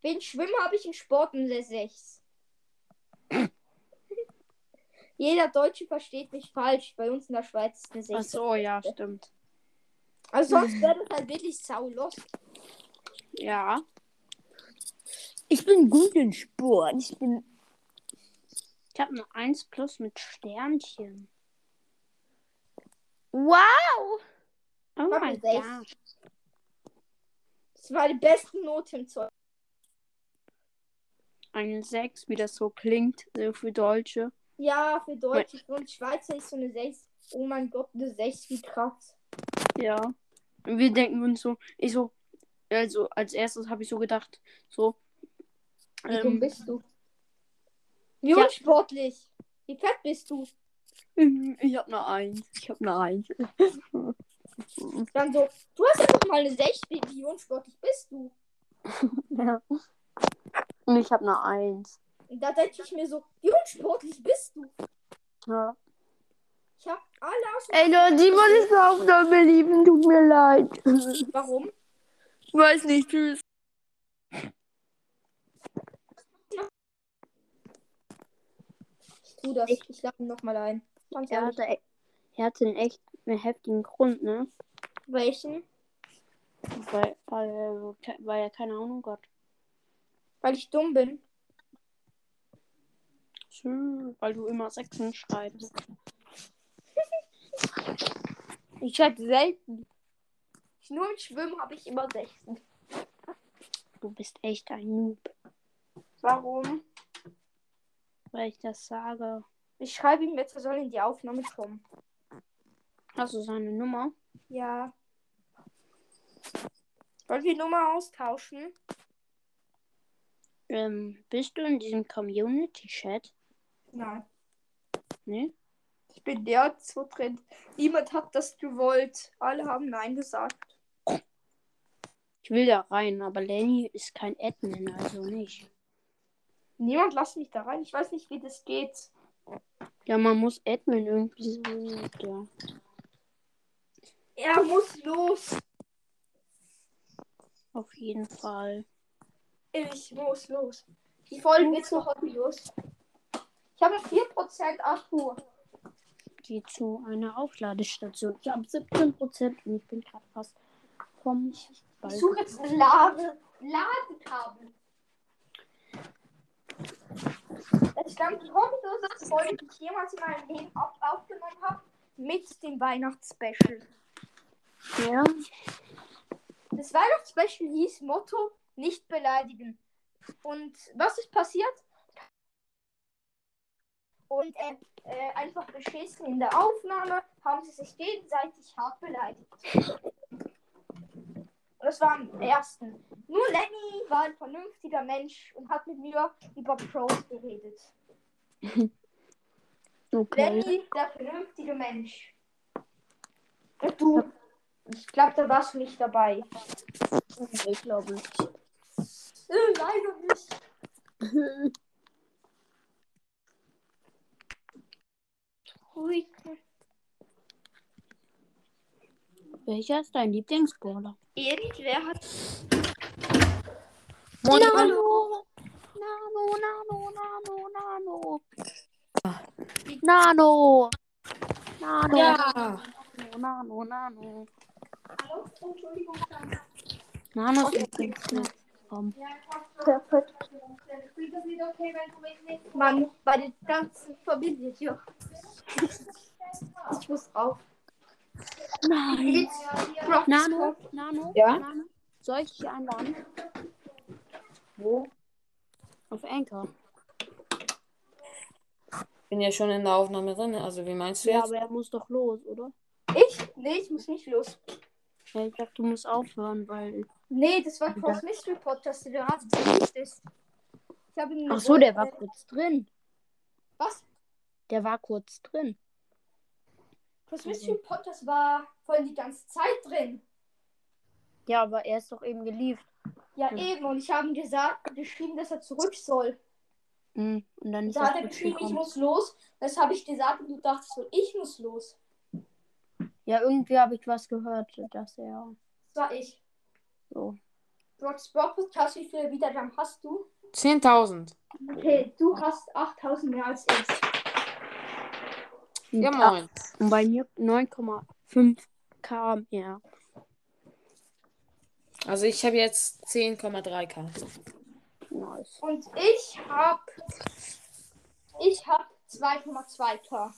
Wegen Schwimmen habe ich in Sport in der [laughs] 6. Jeder Deutsche versteht mich falsch. Bei uns in der Schweiz ist eine 6. Ach so, ja, stimmt. Also [laughs] sonst wäre das halt wirklich saulos. Ja. Ich bin gut in Sport. Ich bin Ich habe eine 1 plus mit Sternchen. Wow! Oh Hab mein eine Gott. Das war die beste Note im Zeug. Eine 6, wie das so klingt, so für Deutsche. Ja, für Deutsche für uns Schweizer ist so eine 6. Oh mein Gott, eine 6, wie krass. Ja. Und wir denken uns so, ich so, also als erstes habe ich so gedacht, so. Wie dumm Ähm, bist du? Wie ja. unsportlich. Wie fett bist du? "Mm, ich habe eine 1. Ich habe eine 1. Dann so, du hast ja doch mal eine 6, wie, wie unsportlich bist du? [laughs] Ja. Und ich habe eine 1. Und da denke ich mir so, wie unsportlich bist du? Ja. Ich habe alle aus. Ey, Leute, Simon ist eine Aufnahme, lieben, tut mir leid. Warum? [laughs] Weiß nicht, tschüss. Ich tu das. Ich lade ihn nochmal ein. Ganz Er ehrlich. hatte, e- er hatte einen echt einen heftigen Grund, ne? Welchen? Weil, weil, er- weil er keine Ahnung hat. Weil ich dumm bin. Tschö, Weil du immer Sechsen schreibst. Ich schreibe selten. Ich nur im Schwimmen habe ich immer 16. Du bist echt ein Noob, Warum? weil ich das sage. Ich schreibe ihm jetzt, er soll in die Aufnahme kommen. Hast du Also seine Nummer? Ja. Wollen wir Nummer austauschen? Ähm, bist du in diesem Community-Chat? Nein. Ne? Ich bin der so drin. Niemand hat das gewollt. Alle haben Nein gesagt. Ich will da rein, aber Lenny ist kein Admin, also nicht. Niemand lasst mich da rein. Ich weiß nicht, wie das geht. Ja, man muss Admin irgendwie so. Ja. Er muss los. Auf jeden Fall. Ich muss los. Die Folge ist noch heute los. Ich habe 4% Akku. Geh zu einer Aufladestation. Ich habe 17% und ich bin gerade fast vom Ich Ball. suche jetzt ein Lade Ladekabel. Es stammt die hoffnungsloseste Folge, die ich jemals in meinem Leben auf aufgenommen habe, mit dem Weihnachtsspecial. Ja. Das Weihnachtsspecial hieß Motto: Nicht beleidigen. Und was ist passiert? Und äh, äh, einfach beschissen in der Aufnahme haben sie sich gegenseitig hart beleidigt. Und das war am ersten. Nur Lenny war ein vernünftiger Mensch und hat mit mir über Pros geredet. Okay. Lenny, der vernünftige Mensch. Und du, ich glaube, da warst du nicht dabei. Ich glaube nicht. Äh, Leider nicht. Ruhig. Welcher ist dein Lieblingsbrawler? Irgendwer hat Genau. Nano! Nano, Nano, Nano, Nano. Nano! Nano, Ja. Nano, Nano. Oh, Nano ist Lieblingsbrawler. Mann bei den ganzen Familien hier. Ich muss rauf. Nein. Crocs Nano, Nano, Ja? Nano. Soll ich hier einladen? Wo? Auf Anchor. Bin ja schon in der Aufnahme drin. Also, wie meinst du Ja, jetzt? aber er muss doch los, oder? Ich? Nee, ich muss nicht los. Ja, ich dachte, du musst aufhören, weil. Nee, das war Cross Mystery Podcast, der hat nicht ist. Ich habe ihn Ach so, der war kurz drin. Was? Der war kurz drin. Cross Mystery Podcast war voll die ganze Zeit drin. Ja, aber er ist doch eben geliefert. Ja, Hm. eben. Und ich habe ihm gesagt, geschrieben, dass er zurück soll. Mhm. Und dann ist Da hat er er kurz geschrieben, ich gekommen. muss los. Das habe ich gesagt und du dachtest so, ich muss los. Ja, irgendwie habe ich was gehört, dass er Das war ich. so. Brock's Brock Podcast, wie viele Wiedergaben hast du? 10.000. Okay, du hast 8000 mehr als ich. Ja, moin. Und bei mir 9,5k mehr. Also ich habe jetzt 10,3k. Nice. Und ich hab. Ich hab 2,2k.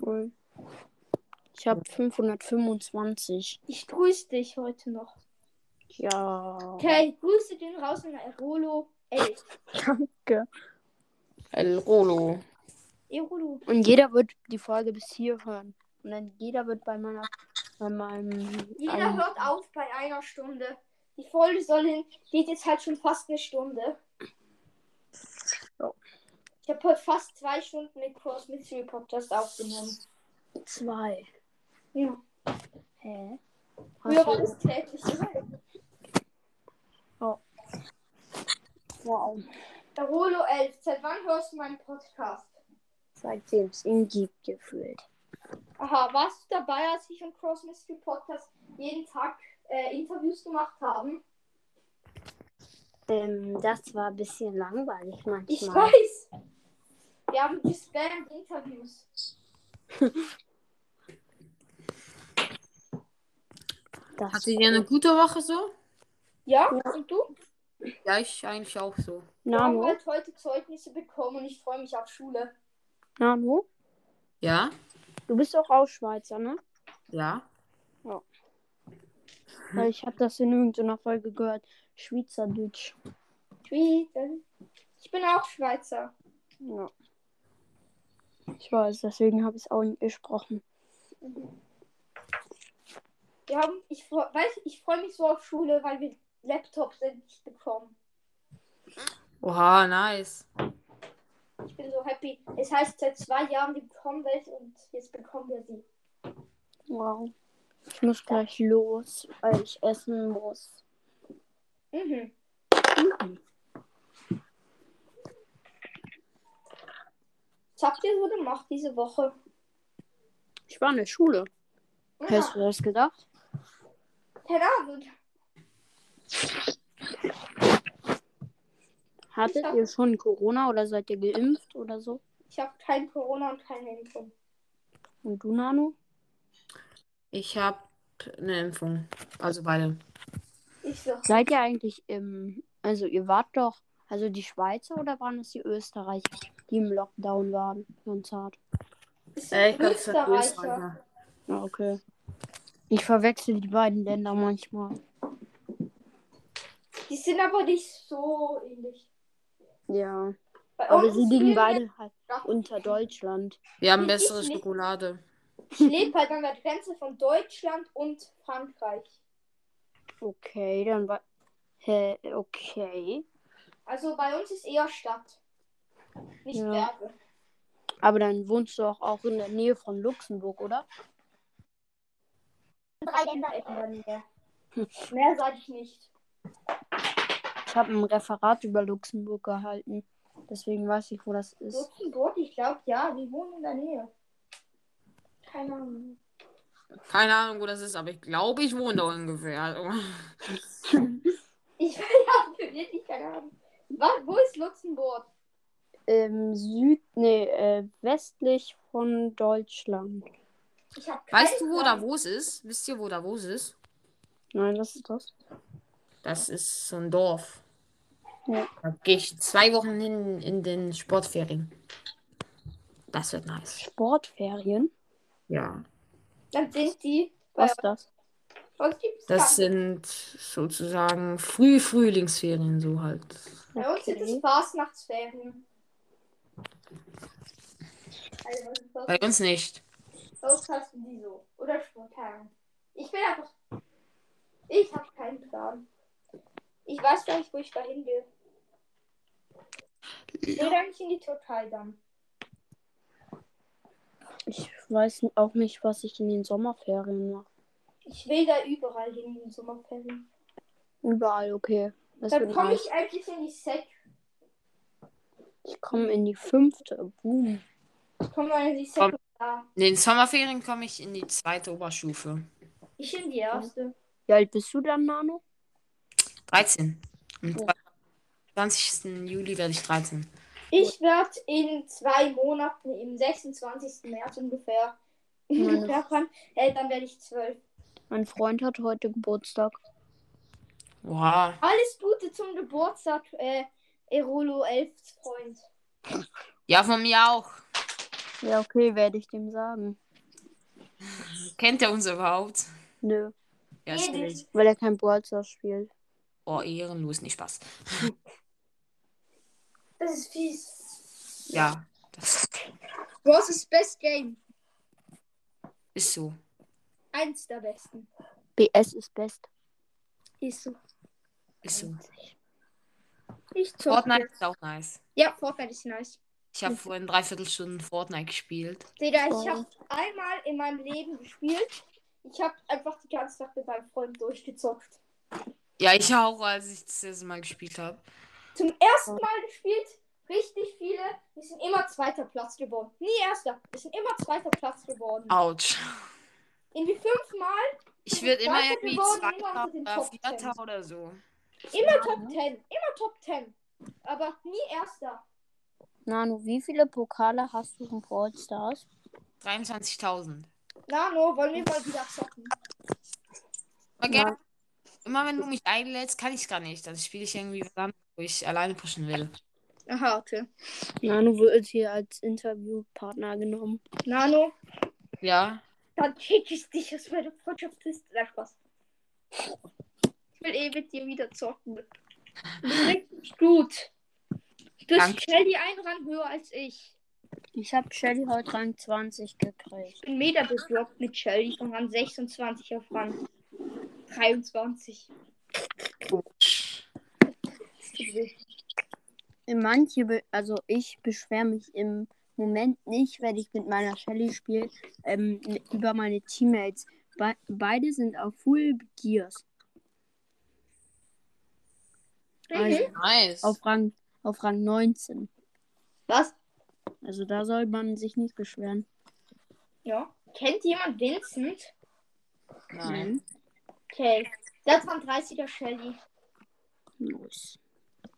Cool. Ich habe 525. Ich grüße dich heute noch. Ja. Okay, grüße den raus in Erolo. Ey, El Rolo. Erolo. Und jeder wird die Folge bis hier hören. Und dann jeder wird bei meiner bei meinem Jeder ähm, hört auf bei einer Stunde. Die Folge soll hin, geht jetzt halt schon fast eine Stunde. Ja. Ich habe heute fast zwei Stunden mit Cross Mystery Podcast aufgenommen. zwei. Ja. Hä? Früher Hast war du, das täglich. wow. Erolo 11, seit wann hörst du meinen Podcast? Seitdem es ihn gibt gefühlt. Aha, warst du dabei, als ich und Cross Mystery Podcast jeden Tag äh, Interviews gemacht haben? Ähm, das war ein bisschen langweilig manchmal. Ich weiß. Wir haben gespammt Interviews. Das Hattet ihr eine gute Woche so? Ja, und du? Ja, ich eigentlich auch so. Wir haben Nano? halt heute Zeugnisse bekommen und ich freue mich auf Schule. Nano? Ja? Du bist auch Ausschweizer, ne? Ja? Weil ich habe das in irgendeiner Folge gehört. Schweizerdeutsch. Schweden. Ich bin auch Schweizer. Ja. Ich weiß, deswegen habe ich es auch nicht gesprochen. Wir haben, ich, freu- weiß, ich freue mich so auf Schule, weil wir Laptops endlich bekommen. Oha, nice. Ich bin so happy. Es heißt, seit zwei Jahren wir bekommen welche und jetzt bekommen wir sie. Wow. Ich muss gleich los, weil ich essen muss. Mhm. Mhm. Was habt ihr so gemacht diese Woche? Ich war in der Schule. Hast Ja, du das gedacht? keine Ahnung. Hattet Ja. ihr schon Corona oder seid ihr geimpft oder so? Ich habe kein Corona und keine Impfung. Und du, Nano? Ich habe eine Impfung. Also beide. Ich so. Seid ihr eigentlich im. Also, ihr wart doch. Also, die Schweizer oder waren es die Österreicher, die im Lockdown waren? Ganz hart. Ist Äh, ich glaube, es hat Österreicher. Österreicher. Ja, okay. Ich verwechsel die beiden Länder manchmal. Die sind aber nicht so ähnlich. Ja. Bei Aber uns sie ist liegen viel beide halt mehr- unter Deutschland. Wir haben Ich- bessere ich nicht. Schokolade. Ich lebe halt an der Grenze von Deutschland und Frankreich. Okay, dann war. Hä, okay. Also bei uns ist eher Stadt. Nicht Ja. Berge. Aber dann wohnst du doch auch in der Nähe von Luxemburg, oder? Drei Länder in der Nähe. Mehr sage ich nicht. Ich habe ein Referat über Luxemburg gehalten. Deswegen weiß ich, wo das ist. Luxemburg, ich glaube, ja, die wohnen in der Nähe. Keine Ahnung. Keine Ahnung, wo das ist, aber ich glaube, ich wohne da ungefähr. [laughs] Also, Ich habe wirklich keine Ahnung. Was, wo ist Luxemburg? Im Süd, nee, äh, westlich von Deutschland. Ich hab keine weißt du, wo Ahnung. da wo es ist? Wisst ihr, wo da wo es ist? Nein, was ist das? Das ist so ein Dorf. Ja. Da gehe ich zwei Wochen hin in den Sportferien. Das wird nice. Sportferien? Ja. Dann sind die. Was ist das? Bei uns gibt's Das keine. sind sozusagen Früh Frühlingsferien, so halt. Bei uns sind es Fastnachtsferien. Also, was ist das? Bei uns nicht. Bei uns heißen die so. Oder spontan. Ich bin einfach. Ich habe keinen Plan. Ich weiß gar nicht, wo ich dahin will. Ich will eigentlich in die Türkei dann. Ich weiß auch nicht, was ich in den Sommerferien mache. Ich will da überall hin in den Sommerferien. Überall, okay. Das Dann wird komme nice. ich eigentlich in die Sek. Ich komme in die fünfte. Boom. Ich komme mal in die Sek. Da. In den Sommerferien komme ich in die zweite Oberstufe. Ich in die erste. Wie alt bist du dann, Nano? 13. Am Ja. 20. Juli werde ich 13. Ich werde in zwei Monaten, im 26. März ungefähr, [laughs] ungefähr dran, äh, dann werde ich zwölf. Mein Freund hat heute Geburtstag. Wow. Alles Gute zum Geburtstag, äh, Erolo 11 Freund. Ja, von mir auch. Ja, okay, werde ich dem sagen. Kennt er uns überhaupt? Nö, Ja, stimmt. weil er kein Brawlstar spielt. Oh, ehrenlos, nicht Spaß. Das ist fies. Ja, das Was ist Best Game? ist so. Eins der besten. BS ist best. Ist so. Ist so. Ich zock Fortnite jetzt. ist auch nice. Ja, Fortnite ist nice. Ich habe vorhin dreiviertel Stunden Fortnite gespielt. Digga, ich habe einmal in meinem Leben gespielt. Ich habe einfach die ganze Nacht mit meinem Freund durchgezockt. Ja, ich auch, als ich das erste Mal gespielt habe. Zum ersten Mal gespielt, richtig viele. Wir sind immer zweiter Platz geworden. Nie erster. Wir sind immer zweiter Platz geworden. Autsch. Irgendwie fünfmal, Ich werde immer Weiter irgendwie geworden, Zweiter niemand in den oder Top Ten. Vierter oder so. immer Top 10. Immer Top 10. Aber nie erster. Nano, wie viele Pokale hast du in Brawlstars? 23.000. Nano, wollen wir mal wieder zocken? Immer, gerne. immer wenn du mich einlädst, kann ich gar nicht. Dann spiele ich irgendwie was anderes, wo ich alleine pushen will. Aha, okay. Nano wird hier als Interviewpartner genommen. Nano, Ja. dann kick ich dich aus meiner Freundschaftsliste. Na, Spaß. Ich will eh mit dir wieder zocken. Du bist richtig gut. Du bist Danke. Shelly ein Rang höher als ich. Ich habe Shelly heute Rang 20 gekriegt. Ich bin mega besorgt mit Shelly von Rang 26 auf Rang 23. Äh, Manche, be- also ich beschwere mich im Moment nicht, wenn ich mit meiner Shelly spiele, ähm, über meine Teammates. Be beide sind auf Full Gears. Also Mhm. Nice. auf Rang, auf Rang 19. Was? Also da soll man sich nicht beschweren. Ja. Kennt jemand Vincent? Nein. Okay. Das war ein 30er Shelly. Los.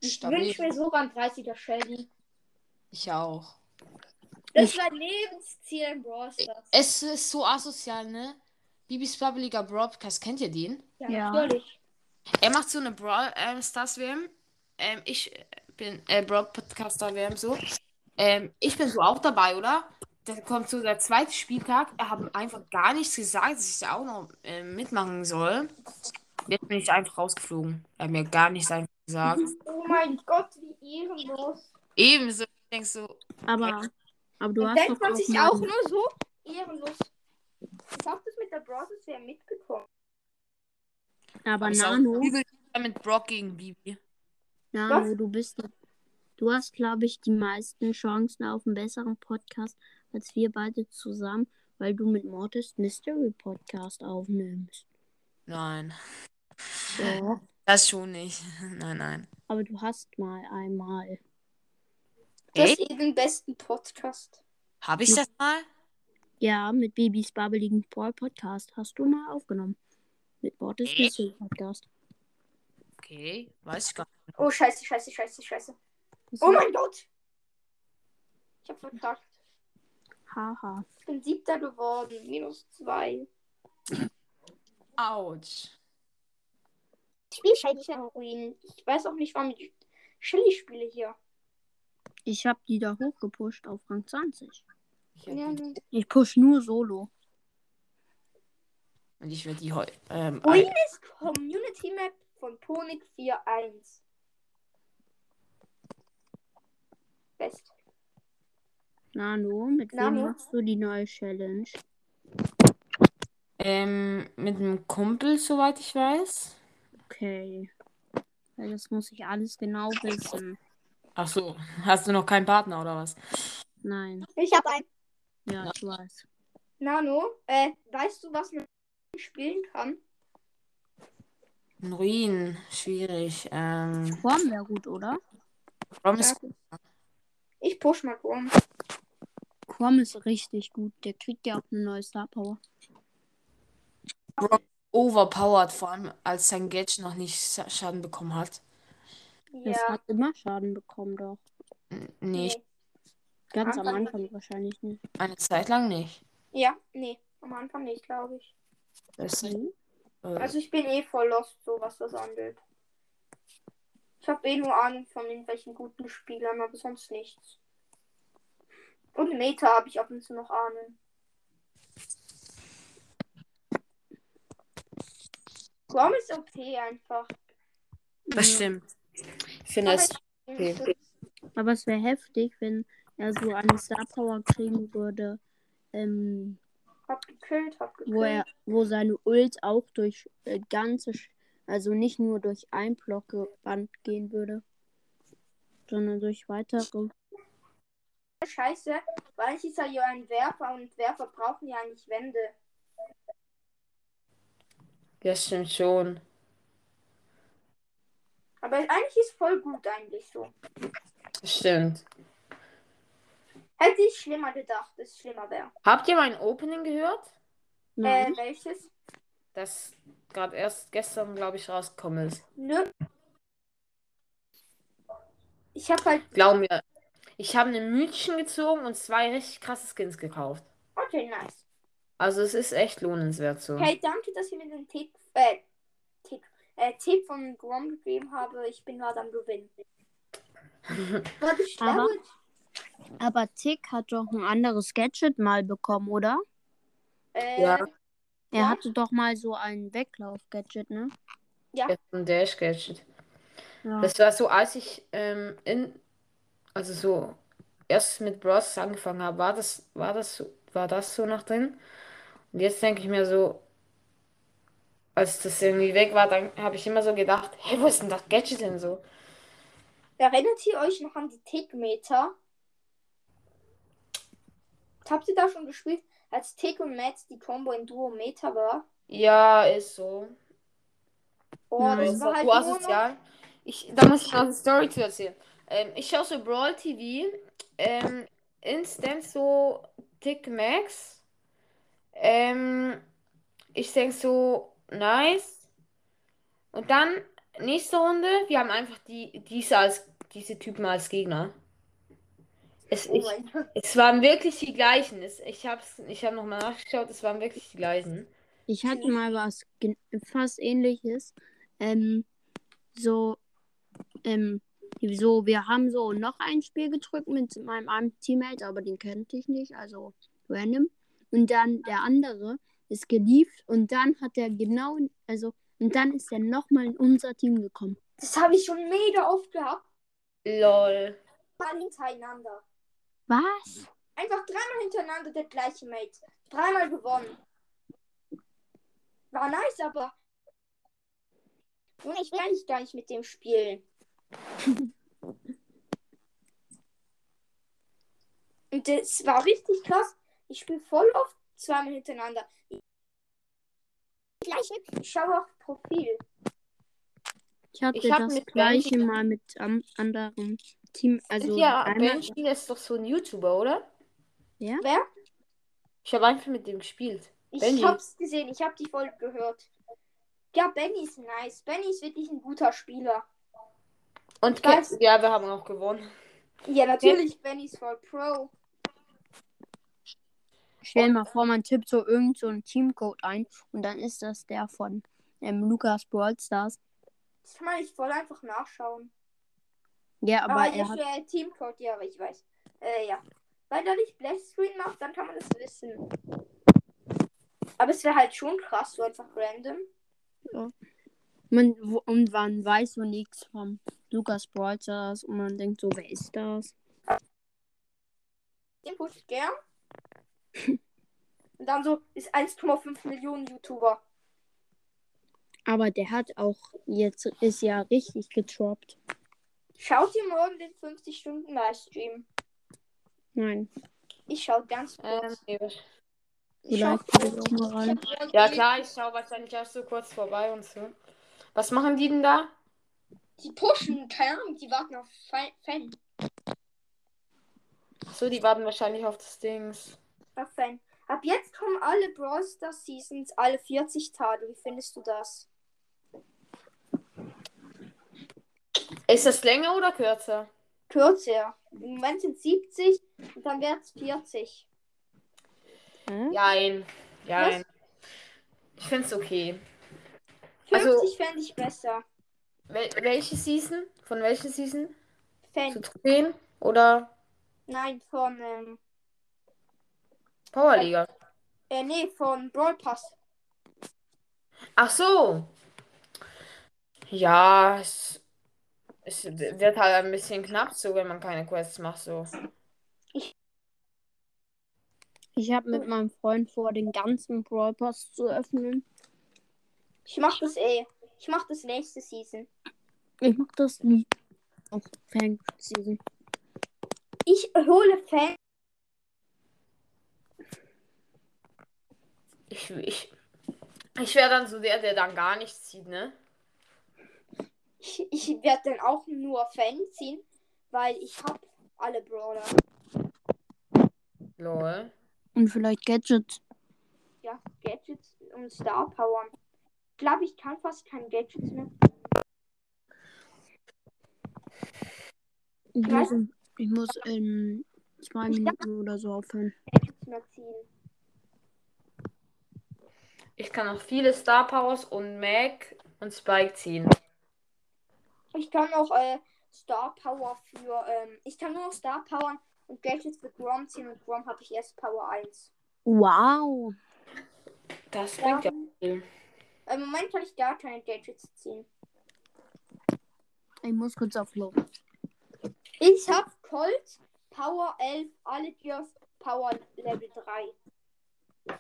Ich Stabil. wünsche mir sogar ein 30er Shelly. Ich auch. Das ist mein Lebensziel in Brawl Stars. Es ist so asozial, ne? Bibis Bubbeliger Broadcast, kennt ihr den? Ja, Ja. natürlich. Er macht so eine Brawl ähm, Stars WM. Ähm, ich bin äh, Broadcaster WM so. Ähm, ich bin so auch dabei, oder? Dann kommt so der zweite Spieltag. Er hat einfach gar nichts gesagt, dass ich da auch noch ähm, mitmachen soll. Jetzt bin ich einfach rausgeflogen. Er hat mir gar nichts einfach gesagt. Oh mein Gott, wie ehrenlos. Ebenso. Ich denk so, Aber, aber du Und hast denkt doch man auch sich mal- auch nur so ehrenlos. Ich hab das mit der Bronze Sphere mitbekommen. Aber Ist auch Nano, übel mit Brock gegen Bibi. Nano, du bist. Du hast, glaube ich, die meisten Chancen auf einen besseren Podcast als wir beide zusammen, weil du mit Mortis Mystery Podcast aufnimmst. Nein, Ja. das schon nicht. [laughs] Nein, nein. Aber du hast mal einmal. Das Echt? ist eh den besten Podcast. Habe ich das mal? Ja, mit Babys babbeligen Paul Podcast hast du mal aufgenommen. Mit Mortis Echt? Mystery Podcast. Okay, weiß ich gar nicht. Oh, scheiße, scheiße, scheiße, scheiße. Oh mein Gott! Ich hab verkackt. Haha. Ich bin siebter geworden. Minus zwei. Autsch. Ich spiele Scheiterruin. Ich weiß auch nicht, warum ich Shelly spiele hier. Ich habe die da hochgepusht auf Rang 20. Ich hab Ja, die- nee. Ich push nur solo. Und ich werde die heute. Ähm, Ui. ein- Das Community Map von Tonic 4.1. Best. Nano, mit Nano? wem machst du die neue Challenge? ähm, mit einem Kumpel, soweit ich weiß. Okay. Weil das muss ich alles genau wissen. Ach so, hast du noch keinen Partner oder was? Nein. Ich habe ein Ja, ich weiß. Nano. Äh, weißt du, was man spielen kann? Ein Ruin, schwierig. Ähm, Form wäre gut, oder? Rom ist Ich push mal Grom. Quam ist richtig gut. Der kriegt ja auch eine neue Star Power. overpowered, vor allem als sein Gadget noch nicht Sa- Schaden bekommen hat. Es Ja. hat immer Schaden bekommen, doch. N nee, Nee. Ganz am Anfang- Anfang wahrscheinlich nicht. eine Zeit lang nicht. Ja, nee. Am Anfang nicht, glaube ich. Das ist, äh, Also ich bin eh voll lost, so was das angeht. Ich habe eh nur Ahnung von irgendwelchen guten Spielern, aber sonst nichts. Und Meta habe ich ab und zu noch Ahnung. Grom ist OP einfach. das stimmt. Ich finde Aber es. Okay. Aber es wäre heftig, wenn er so eine Star Power kriegen würde, ähm, Hab gekillt, hab wo, er, gekillt. wo seine Ult auch durch äh, ganze, Sch- also nicht nur durch ein Blockband gehen würde, sondern durch weitere. Scheiße, weil ich ist ja ja ein Werfer und Werfer brauchen ja nicht Wände. Das stimmt schon. Aber eigentlich ist voll gut eigentlich so. Das stimmt. Hätte ich schlimmer gedacht, dass es schlimmer wäre. Habt ihr mein Opening gehört? Nein, Äh, welches? Das gerade erst gestern, glaube ich, rausgekommen ist. Nö. Ne? Ich habe halt. Glaub mir. Ich habe eine Mütchen gezogen und zwei richtig krasse Skins gekauft. Okay, nice. Also es ist echt lohnenswert so. Hey, danke, dass ihr mir den Tipp, äh, Tipp, äh, Tipp von Grom gegeben habe. Ich bin gerade am Gewinnen. Warte, ich Aber- glaube, aber Tick hat doch ein anderes Gadget mal bekommen, oder? äh, Ja. Er Ja. hatte doch mal so ein Weglauf-Gadget, ne? Das ist ein Dash Gadget. Ja. Das war so, als ich ähm, in, also so erst mit Bros angefangen habe, war das, war das so, war das so noch drin. Und jetzt denke ich mir so, als das irgendwie weg war, dann habe ich immer so gedacht, hey, wo ist denn das Gadget denn so? erinnert ihr euch noch an die Tick-Meter? Habt ihr da schon gespielt, als Tick und Matt die Combo in Duo Meta war? Ja, ist so. Oh, Nein. das war halt so nur noch. asozial. Ich, da muss ich noch eine Story zu erzählen. Ähm, ich schaue so Brawl TV, ähm, instant so Tick Max. Ähm, ich denke so, nice. Und dann, nächste Runde, wir haben einfach die, diese, als, diese Typen als Gegner. Es, Oh ich, mein Gott. es waren wirklich die gleichen. Es, ich habe ich hab nochmal nachgeschaut, es waren wirklich die gleichen. Ich hatte mal was gen- fast ähnliches. Ähm, so, ähm, so, wir haben so noch ein Spiel gedrückt mit meinem anderen Teammate, aber den kannte ich nicht, also random. Und dann der andere ist gelieft und dann hat er genau, also, und dann ist er nochmal in unser Team gekommen. Das habe ich schon mega oft gehabt. Lol. Mal hintereinander. Was? Einfach dreimal hintereinander der gleiche Mate. Dreimal gewonnen. War nice, aber. Junge, ich will eigentlich gar nicht mit dem spielen. Und das war richtig krass. Ich spiele voll oft zweimal hintereinander. Gleich mit, ich schaue auf Profil. Ich hatte Ich hab das mit gleiche Benji- mal mit einem anderen Team. Also ja, einmal. Benji ist doch so ein YouTuber, oder? Ja? Wer? Ich habe einfach mit dem gespielt. Ich Benny. hab's gesehen, ich hab die Folge gehört. Ja, Benny ist nice. Benny ist wirklich ein guter Spieler. Und Geil. Ke- ja, wir haben auch gewonnen. Ja, natürlich, Benny ist voll Pro. Oh. Stell dir mal vor, man tippt so irgend so einen Teamcode ein und dann ist das der von ähm, Lukas Brawl Stars. Das kann man nicht voll einfach nachschauen. Ja, aber Aber ah, er hier hat. steht Teamcode, ja, aber ich weiß. Äh, ja. Wenn er nicht Blackscreen macht, dann kann man das wissen. Aber es wäre halt schon krass, so einfach random. Man, wo- und man weiß so nichts vom Lukas Brawl Stars und man denkt so, wer ist das? Den push ich gern. Und dann so, ist 1,5 Millionen YouTuber. Aber der hat auch jetzt ist ja richtig getroppt. Schaut ihr morgen den 50-Stunden-Livestream? Nein. Ich schau ganz Ähm, kurz. nee, was- ich schau Vielleicht guck ich auch mal rein. ja, klar, ich schaue wahrscheinlich erst so kurz vorbei und so. Was machen die denn da? Die pushen, keine Ahnung, die warten auf Fa- Fan. So, die warten wahrscheinlich auf das Dings. Auf Fan. Ab jetzt kommen alle Brawl Stars Seasons alle 40 Tage. Wie findest du das? Ist das länger oder kürzer? Kürzer. Im Moment sind 70 und dann wird's 40. Hm? Nein. Nein. Ich finde es okay. 50 Also- fände ich besser. Wel welche Season? Von welcher Season? Zu Fan. Trophäen oder Nein, von, ähm, Powerliga? äh, nee, von Brawl Pass. Ach so. Ja, es, es wird halt ein bisschen knapp so, wenn man keine Quests macht. So. Ich habe mit meinem Freund vor, den ganzen Brawl Pass zu öffnen. Ich mach das eh. Ich mach das nächste Season. Ich mach das nie. Auf Fang Season. Ich hole Fan. Ich, ich, ich wäre dann so der, der dann gar nichts zieht, ne? Ich, ich werde dann auch nur Fan ziehen, weil ich hab alle Brawler. Lol. Und vielleicht Gadgets. ja, Gadgets und Star Power. Ich glaube, ich kann fast keine Gadgets mehr. Ich Was? muss, ich muss in zwei Minuten oder so aufhören. Gadgets mehr ziehen. Ich kann auch viele Star Powers und Mac und Spike ziehen. Ich kann auch äh, Star Power für. Ähm, ich kann nur noch Star Powern und Gadgets für Grom ziehen und Grom habe ich erst Power 1. Wow. Das Ja. bringt ja viel. Im Moment kann ich gar keine Gadgets ziehen. Ich muss kurz auf Low. Ich habe Colt, Power 11, alle Gears, Power Level 3.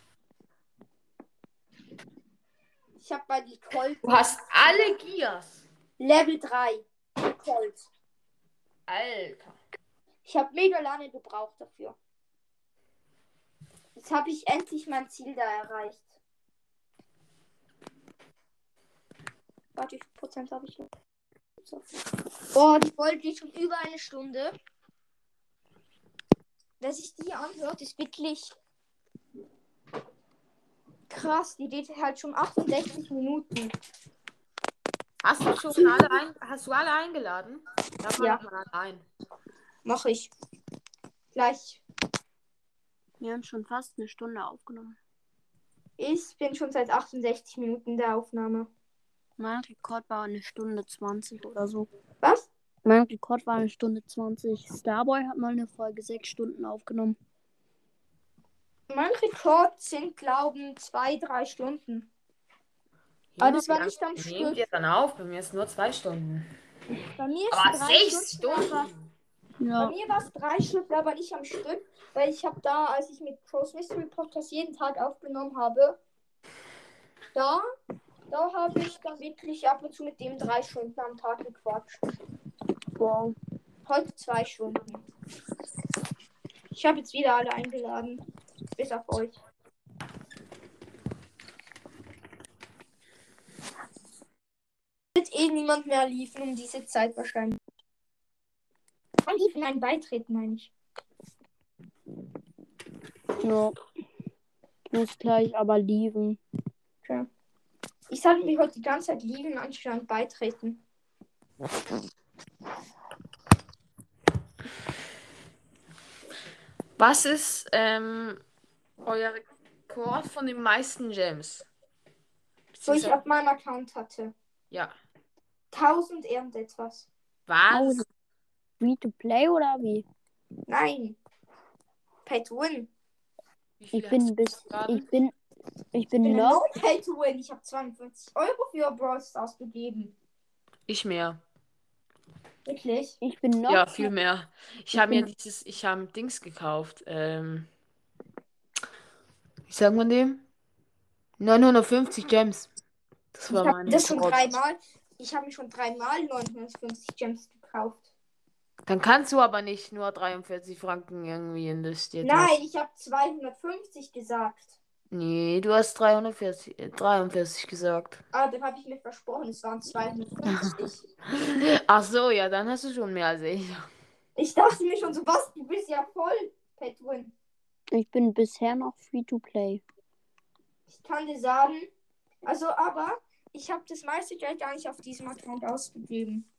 Ich habe bei die Colt Du hast alle Gears. Level 3. Colt. Alter. Ich habe mega lange gebraucht dafür. Jetzt habe ich endlich mein Ziel da erreicht. Warte, wie viel Prozent habe ich noch? So. Boah, die Folge geht schon über eine Stunde. Wer sich die anhört, ist wirklich krass. Die geht halt schon 68 Minuten. Hast du [laughs] schon alle, ein, hast du alle eingeladen? Darf man Ja. auch mal alle ein. Mache ich. Gleich. Wir haben schon fast eine Stunde aufgenommen. Ich bin schon seit 68 Minuten in der Aufnahme. Mein Rekord war eine Stunde 20 oder so. Was? Mein Rekord war eine Stunde 20. Starboy hat mal eine Folge sechs Stunden aufgenommen. Mein Rekord sind, glauben, zwei, drei Stunden. Ah, Aber das war nicht am Nehmt Stück. ihr dann auf? Bei mir ist nur zwei Stunden. Bei mir ist Aber drei sechs Stunden. Aber, Stunden. bei Ja. mir war es drei Stunden, aber nicht am Stück, weil ich habe da, als ich mit Cross Mystery Podcast jeden Tag aufgenommen habe, da, da habe ich dann wirklich ab und zu mit dem drei Stunden am Tag gequatscht. Wow. Heute zwei Stunden. Ich habe jetzt wieder alle eingeladen. Bis auf euch. Wird eh niemand mehr liefern um diese Zeit wahrscheinlich. Und ich nein, beitreten, meine ich. Ja. Muss gleich aber lieben. Ich sollte mich heute die ganze Zeit liegen anstatt beitreten. Was ist ähm, euer Rekord von den meisten Gems? So ich Beziehungsweise- auf meinem Account hatte. ja. 1000 irgend etwas. Was? Free to play oder wie? Nein. Pay to win. Wie Ich viele bin hast ein du bisschen. gerade? Ich bin. Ich Ich bin bin noch. no Genau, pay to win. Ich habe 42 Euro für Brawl Stars gegeben. Ich mehr. Wirklich? Ich bin noch. Ja, viel mehr. Ich habe mir dieses, ich habe Dings gekauft. Ähm, wie sagen wir dem? 950 Gems. Das Ich war mein habe das schon Rekord. dreimal. Ich habe mir schon dreimal 950 Gems gekauft. Dann kannst du aber nicht nur 43 Franken irgendwie investiert. haben. Nein, ich habe 250 gesagt. Nee, du hast 340, äh, 43 gesagt. [laughs] Aber Ah, dann habe ich mir versprochen, es waren [laughs] 250. Ach so, ja, dann hast du schon mehr als ich. ich dachte mir schon, Sebastian, du bist ja voll. Pay to win. Ich bin bisher noch free to play. Ich kann dir sagen, also aber ich habe das meiste Geld gar nicht auf diesem Account ausgegeben.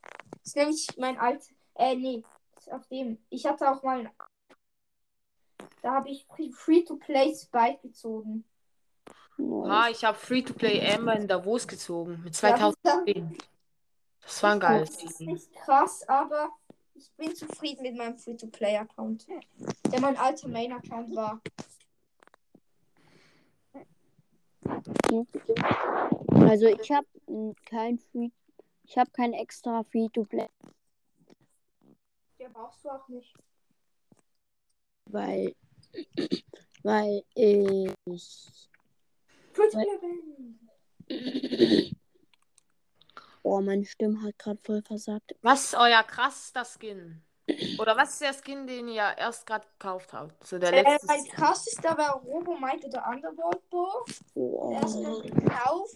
Das ist nämlich mein alt, äh nee, das ist auf dem. Ich hatte auch mal, da habe ich Free- Free-to-Play Spike gezogen. Nice. Ah, ich habe Free-to-Play Amber in Davos gezogen mit Ja, 2000 das ist- Leben. Das war ein geiles Das ist Ding. nicht krass, aber ich bin zufrieden mit meinem Free-to-Play-Account, der mein alter Main-Account war. Also ich habe kein Free, ich habe kein extra Free to Play, Der brauchst du auch nicht. weil weil ich Free-to-Play. oh meine Stimme hat gerade voll versagt. Was ist euer krassester Skin? Oder was ist der Skin, den ihr erst gerade gekauft habt? So der Äh, letzte. mein krassester war Robo Mike oder Underworld Bo. Oh. Erst mal gekauft.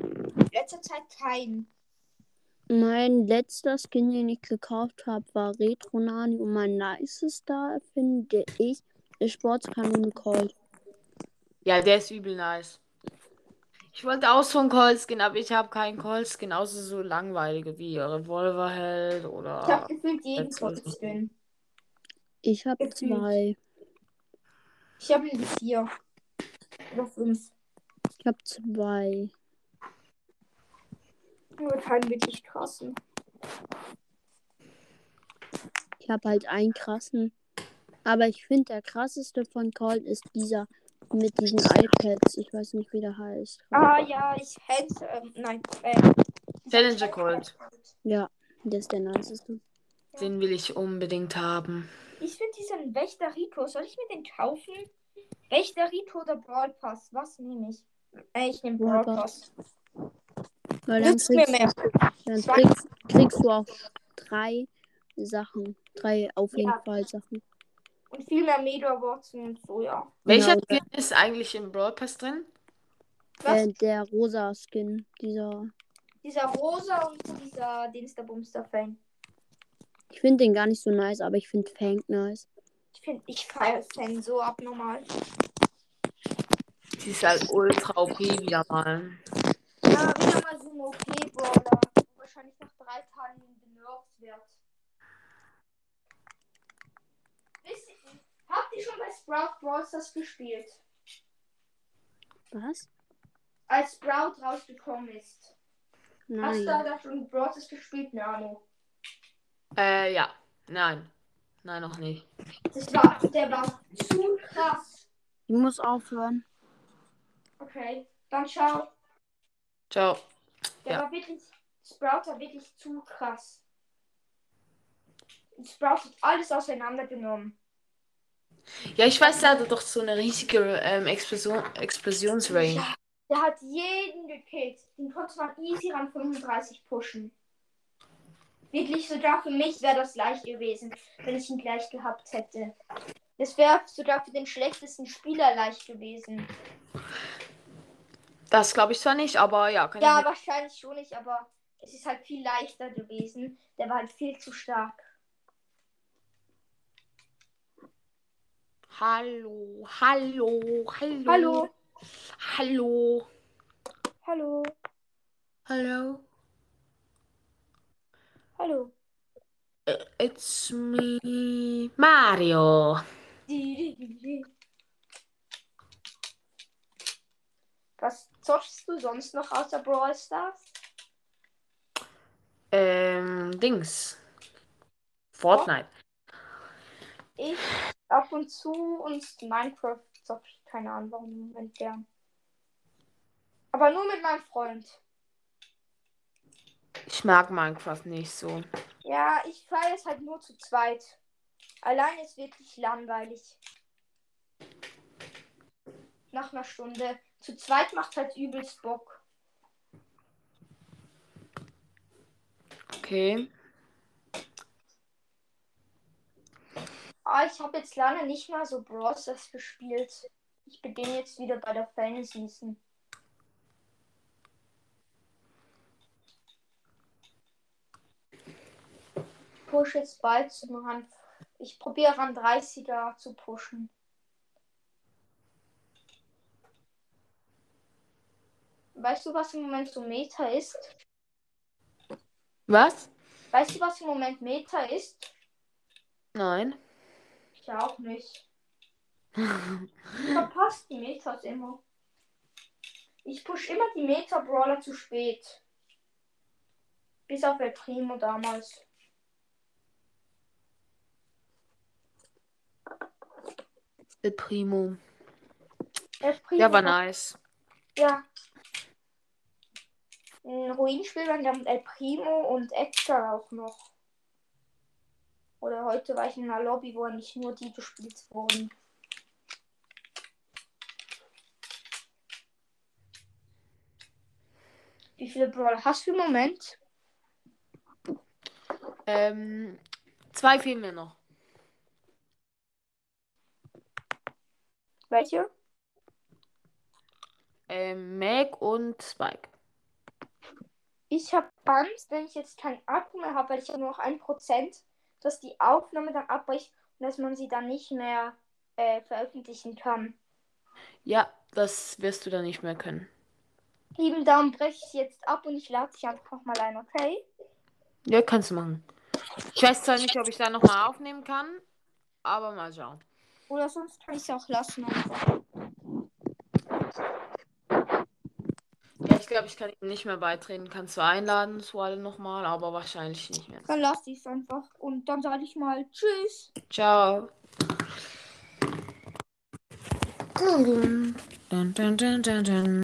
In letzter Zeit keinen. Mein letzter Skin, den ich gekauft habe, war Retro Nani und mein nicester finde ich ist Sportskanone Cold. Ja, der ist übel nice. Ich wollte auch so einen Call-Skin, aber ich habe keinen Call-Skin, außer so langweilige wie Revolverheld Ich habe oder. gefühlt jeden jetzt weiß ich. Kreuzchen. Ich habe Gefühlt. zwei, Ich habe ihn vier. Oder fünf. ich habe zwei. Nur keinen wirklich krassen. Ich habe halt einen krassen. Aber ich finde, der krasseste von Call ist dieser mit diesen iPads. Ich weiß nicht, wie der heißt. Ah ja, ich hätte. Ähm, nein. Äh, Challenger Colt. Ja, der ist der niceste. Den will ich unbedingt haben. ich finde diesen Wächter Rico. Soll ich mir den kaufen? Wächter Rico oder Brawl Pass? Was nehme ich? Äh, ich nehme Brawl Brawl Pass. Weil dann Nützt mir kriegst, mehr. dann kriegst, kriegst du auch drei Sachen. Drei auf jeden Ja. Fall Sachen. Und viel mehr Media Awards und so, ja. Welcher Genau, der- Skin ist eigentlich im Brawl Pass drin? Was? Äh, der rosa Skin, dieser. Dieser Rosa und dieser Diensterbumster-Fan. Ich finde den gar nicht so nice, aber ich finde Fang nice. Ich finde, ich feiere Fan so abnormal. Die ist halt ultra OP wieder mal. Ja, wieder mal so ein OP-Brawler. Wahrscheinlich nach drei Tagen genervt wird. Wisst ihr- Habt ihr schon bei Sprout Brawlstars gespielt? Was? Als Sprout rausgekommen ist. Hast du Nein. da da schon Brawlstars gespielt, Nano? Äh, ja. Nein. Nein, noch nicht. Das war, der war zu krass. Ich muss aufhören. Okay, dann schau. Ciao. Der Ja. war wirklich, Sprout war wirklich zu krass. Sprout hat alles auseinandergenommen. Ja, ich weiß, der hatte doch so eine riesige ähm, Explosion, Explosionsrange. Der hat jeden gekillt. Den konnte man easy Rang 35 pushen. Wirklich sogar für mich wäre das leicht gewesen, wenn ich ihn gleich gehabt hätte. Das wäre sogar für den schlechtesten Spieler leicht gewesen. Das glaube ich zwar nicht, aber ja, kann Ja, ich wahrscheinlich schon nicht, aber es ist halt viel leichter gewesen. Der war halt viel zu stark. Hallo, hallo, hallo. Hallo. Hallo. Hallo, Hallo. hallo. It's me, Mario. Was zockst du sonst noch außer Brawl Stars? Ähm, Dings. Fortnite. Ich ab und zu und Minecraft zocke ich keine Ahnung, warum im Moment gern. Aber nur mit meinem Freund. Ich mag Minecraft nicht so. Ja, ich feiere es halt nur zu zweit. Allein ist wirklich langweilig. Nach einer Stunde. Zu zweit macht halt übelst Bock. Okay. Ah, ich habe jetzt lange nicht mehr so Brawl Stars gespielt. Ich bin jetzt wieder bei der Fan Season. Push jetzt bald zum Rand. Ich probiere an 30er zu pushen. Weißt du, was im Moment so Meta ist? Was? Weißt du, was im Moment Meta ist? Nein. Ich auch nicht. Ich verpasse die Metas immer. Ich push immer die Meta-Brawler zu spät. Bis auf El Primo damals. El Primo. El Primo Der war nice. Ja. Ein Ruinspiel waren dann El Primo und Edgar auch noch. Oder heute war ich in einer Lobby, wo nicht nur die gespielt wurden. Wie viele Brawler hast du im Moment? Ähm, zwei fehlen mir noch. Welche? Ähm, Mac und Spike. Ich habe Angst, wenn ich jetzt keinen Akku mehr habe, weil ich habe nur noch 1%, dass die Aufnahme dann abbricht und dass man sie dann nicht mehr äh, veröffentlichen kann. Ja, das wirst du dann nicht mehr können. Lieben Daumen breche ich jetzt ab und ich lade dich einfach nochmal ein, okay? Ja, kannst du machen. Ich weiß zwar nicht, ob ich da nochmal aufnehmen kann, aber mal schauen. Oder sonst kann ich es auch lassen. Ja, ich glaube, ich kann ihm nicht mehr beitreten. Kannst du einladen, zu alle nochmal, aber wahrscheinlich nicht mehr. Dann lasse ich es einfach. Und dann sage ich mal Tschüss. Ciao. Dun, dun, dun, dun, dun.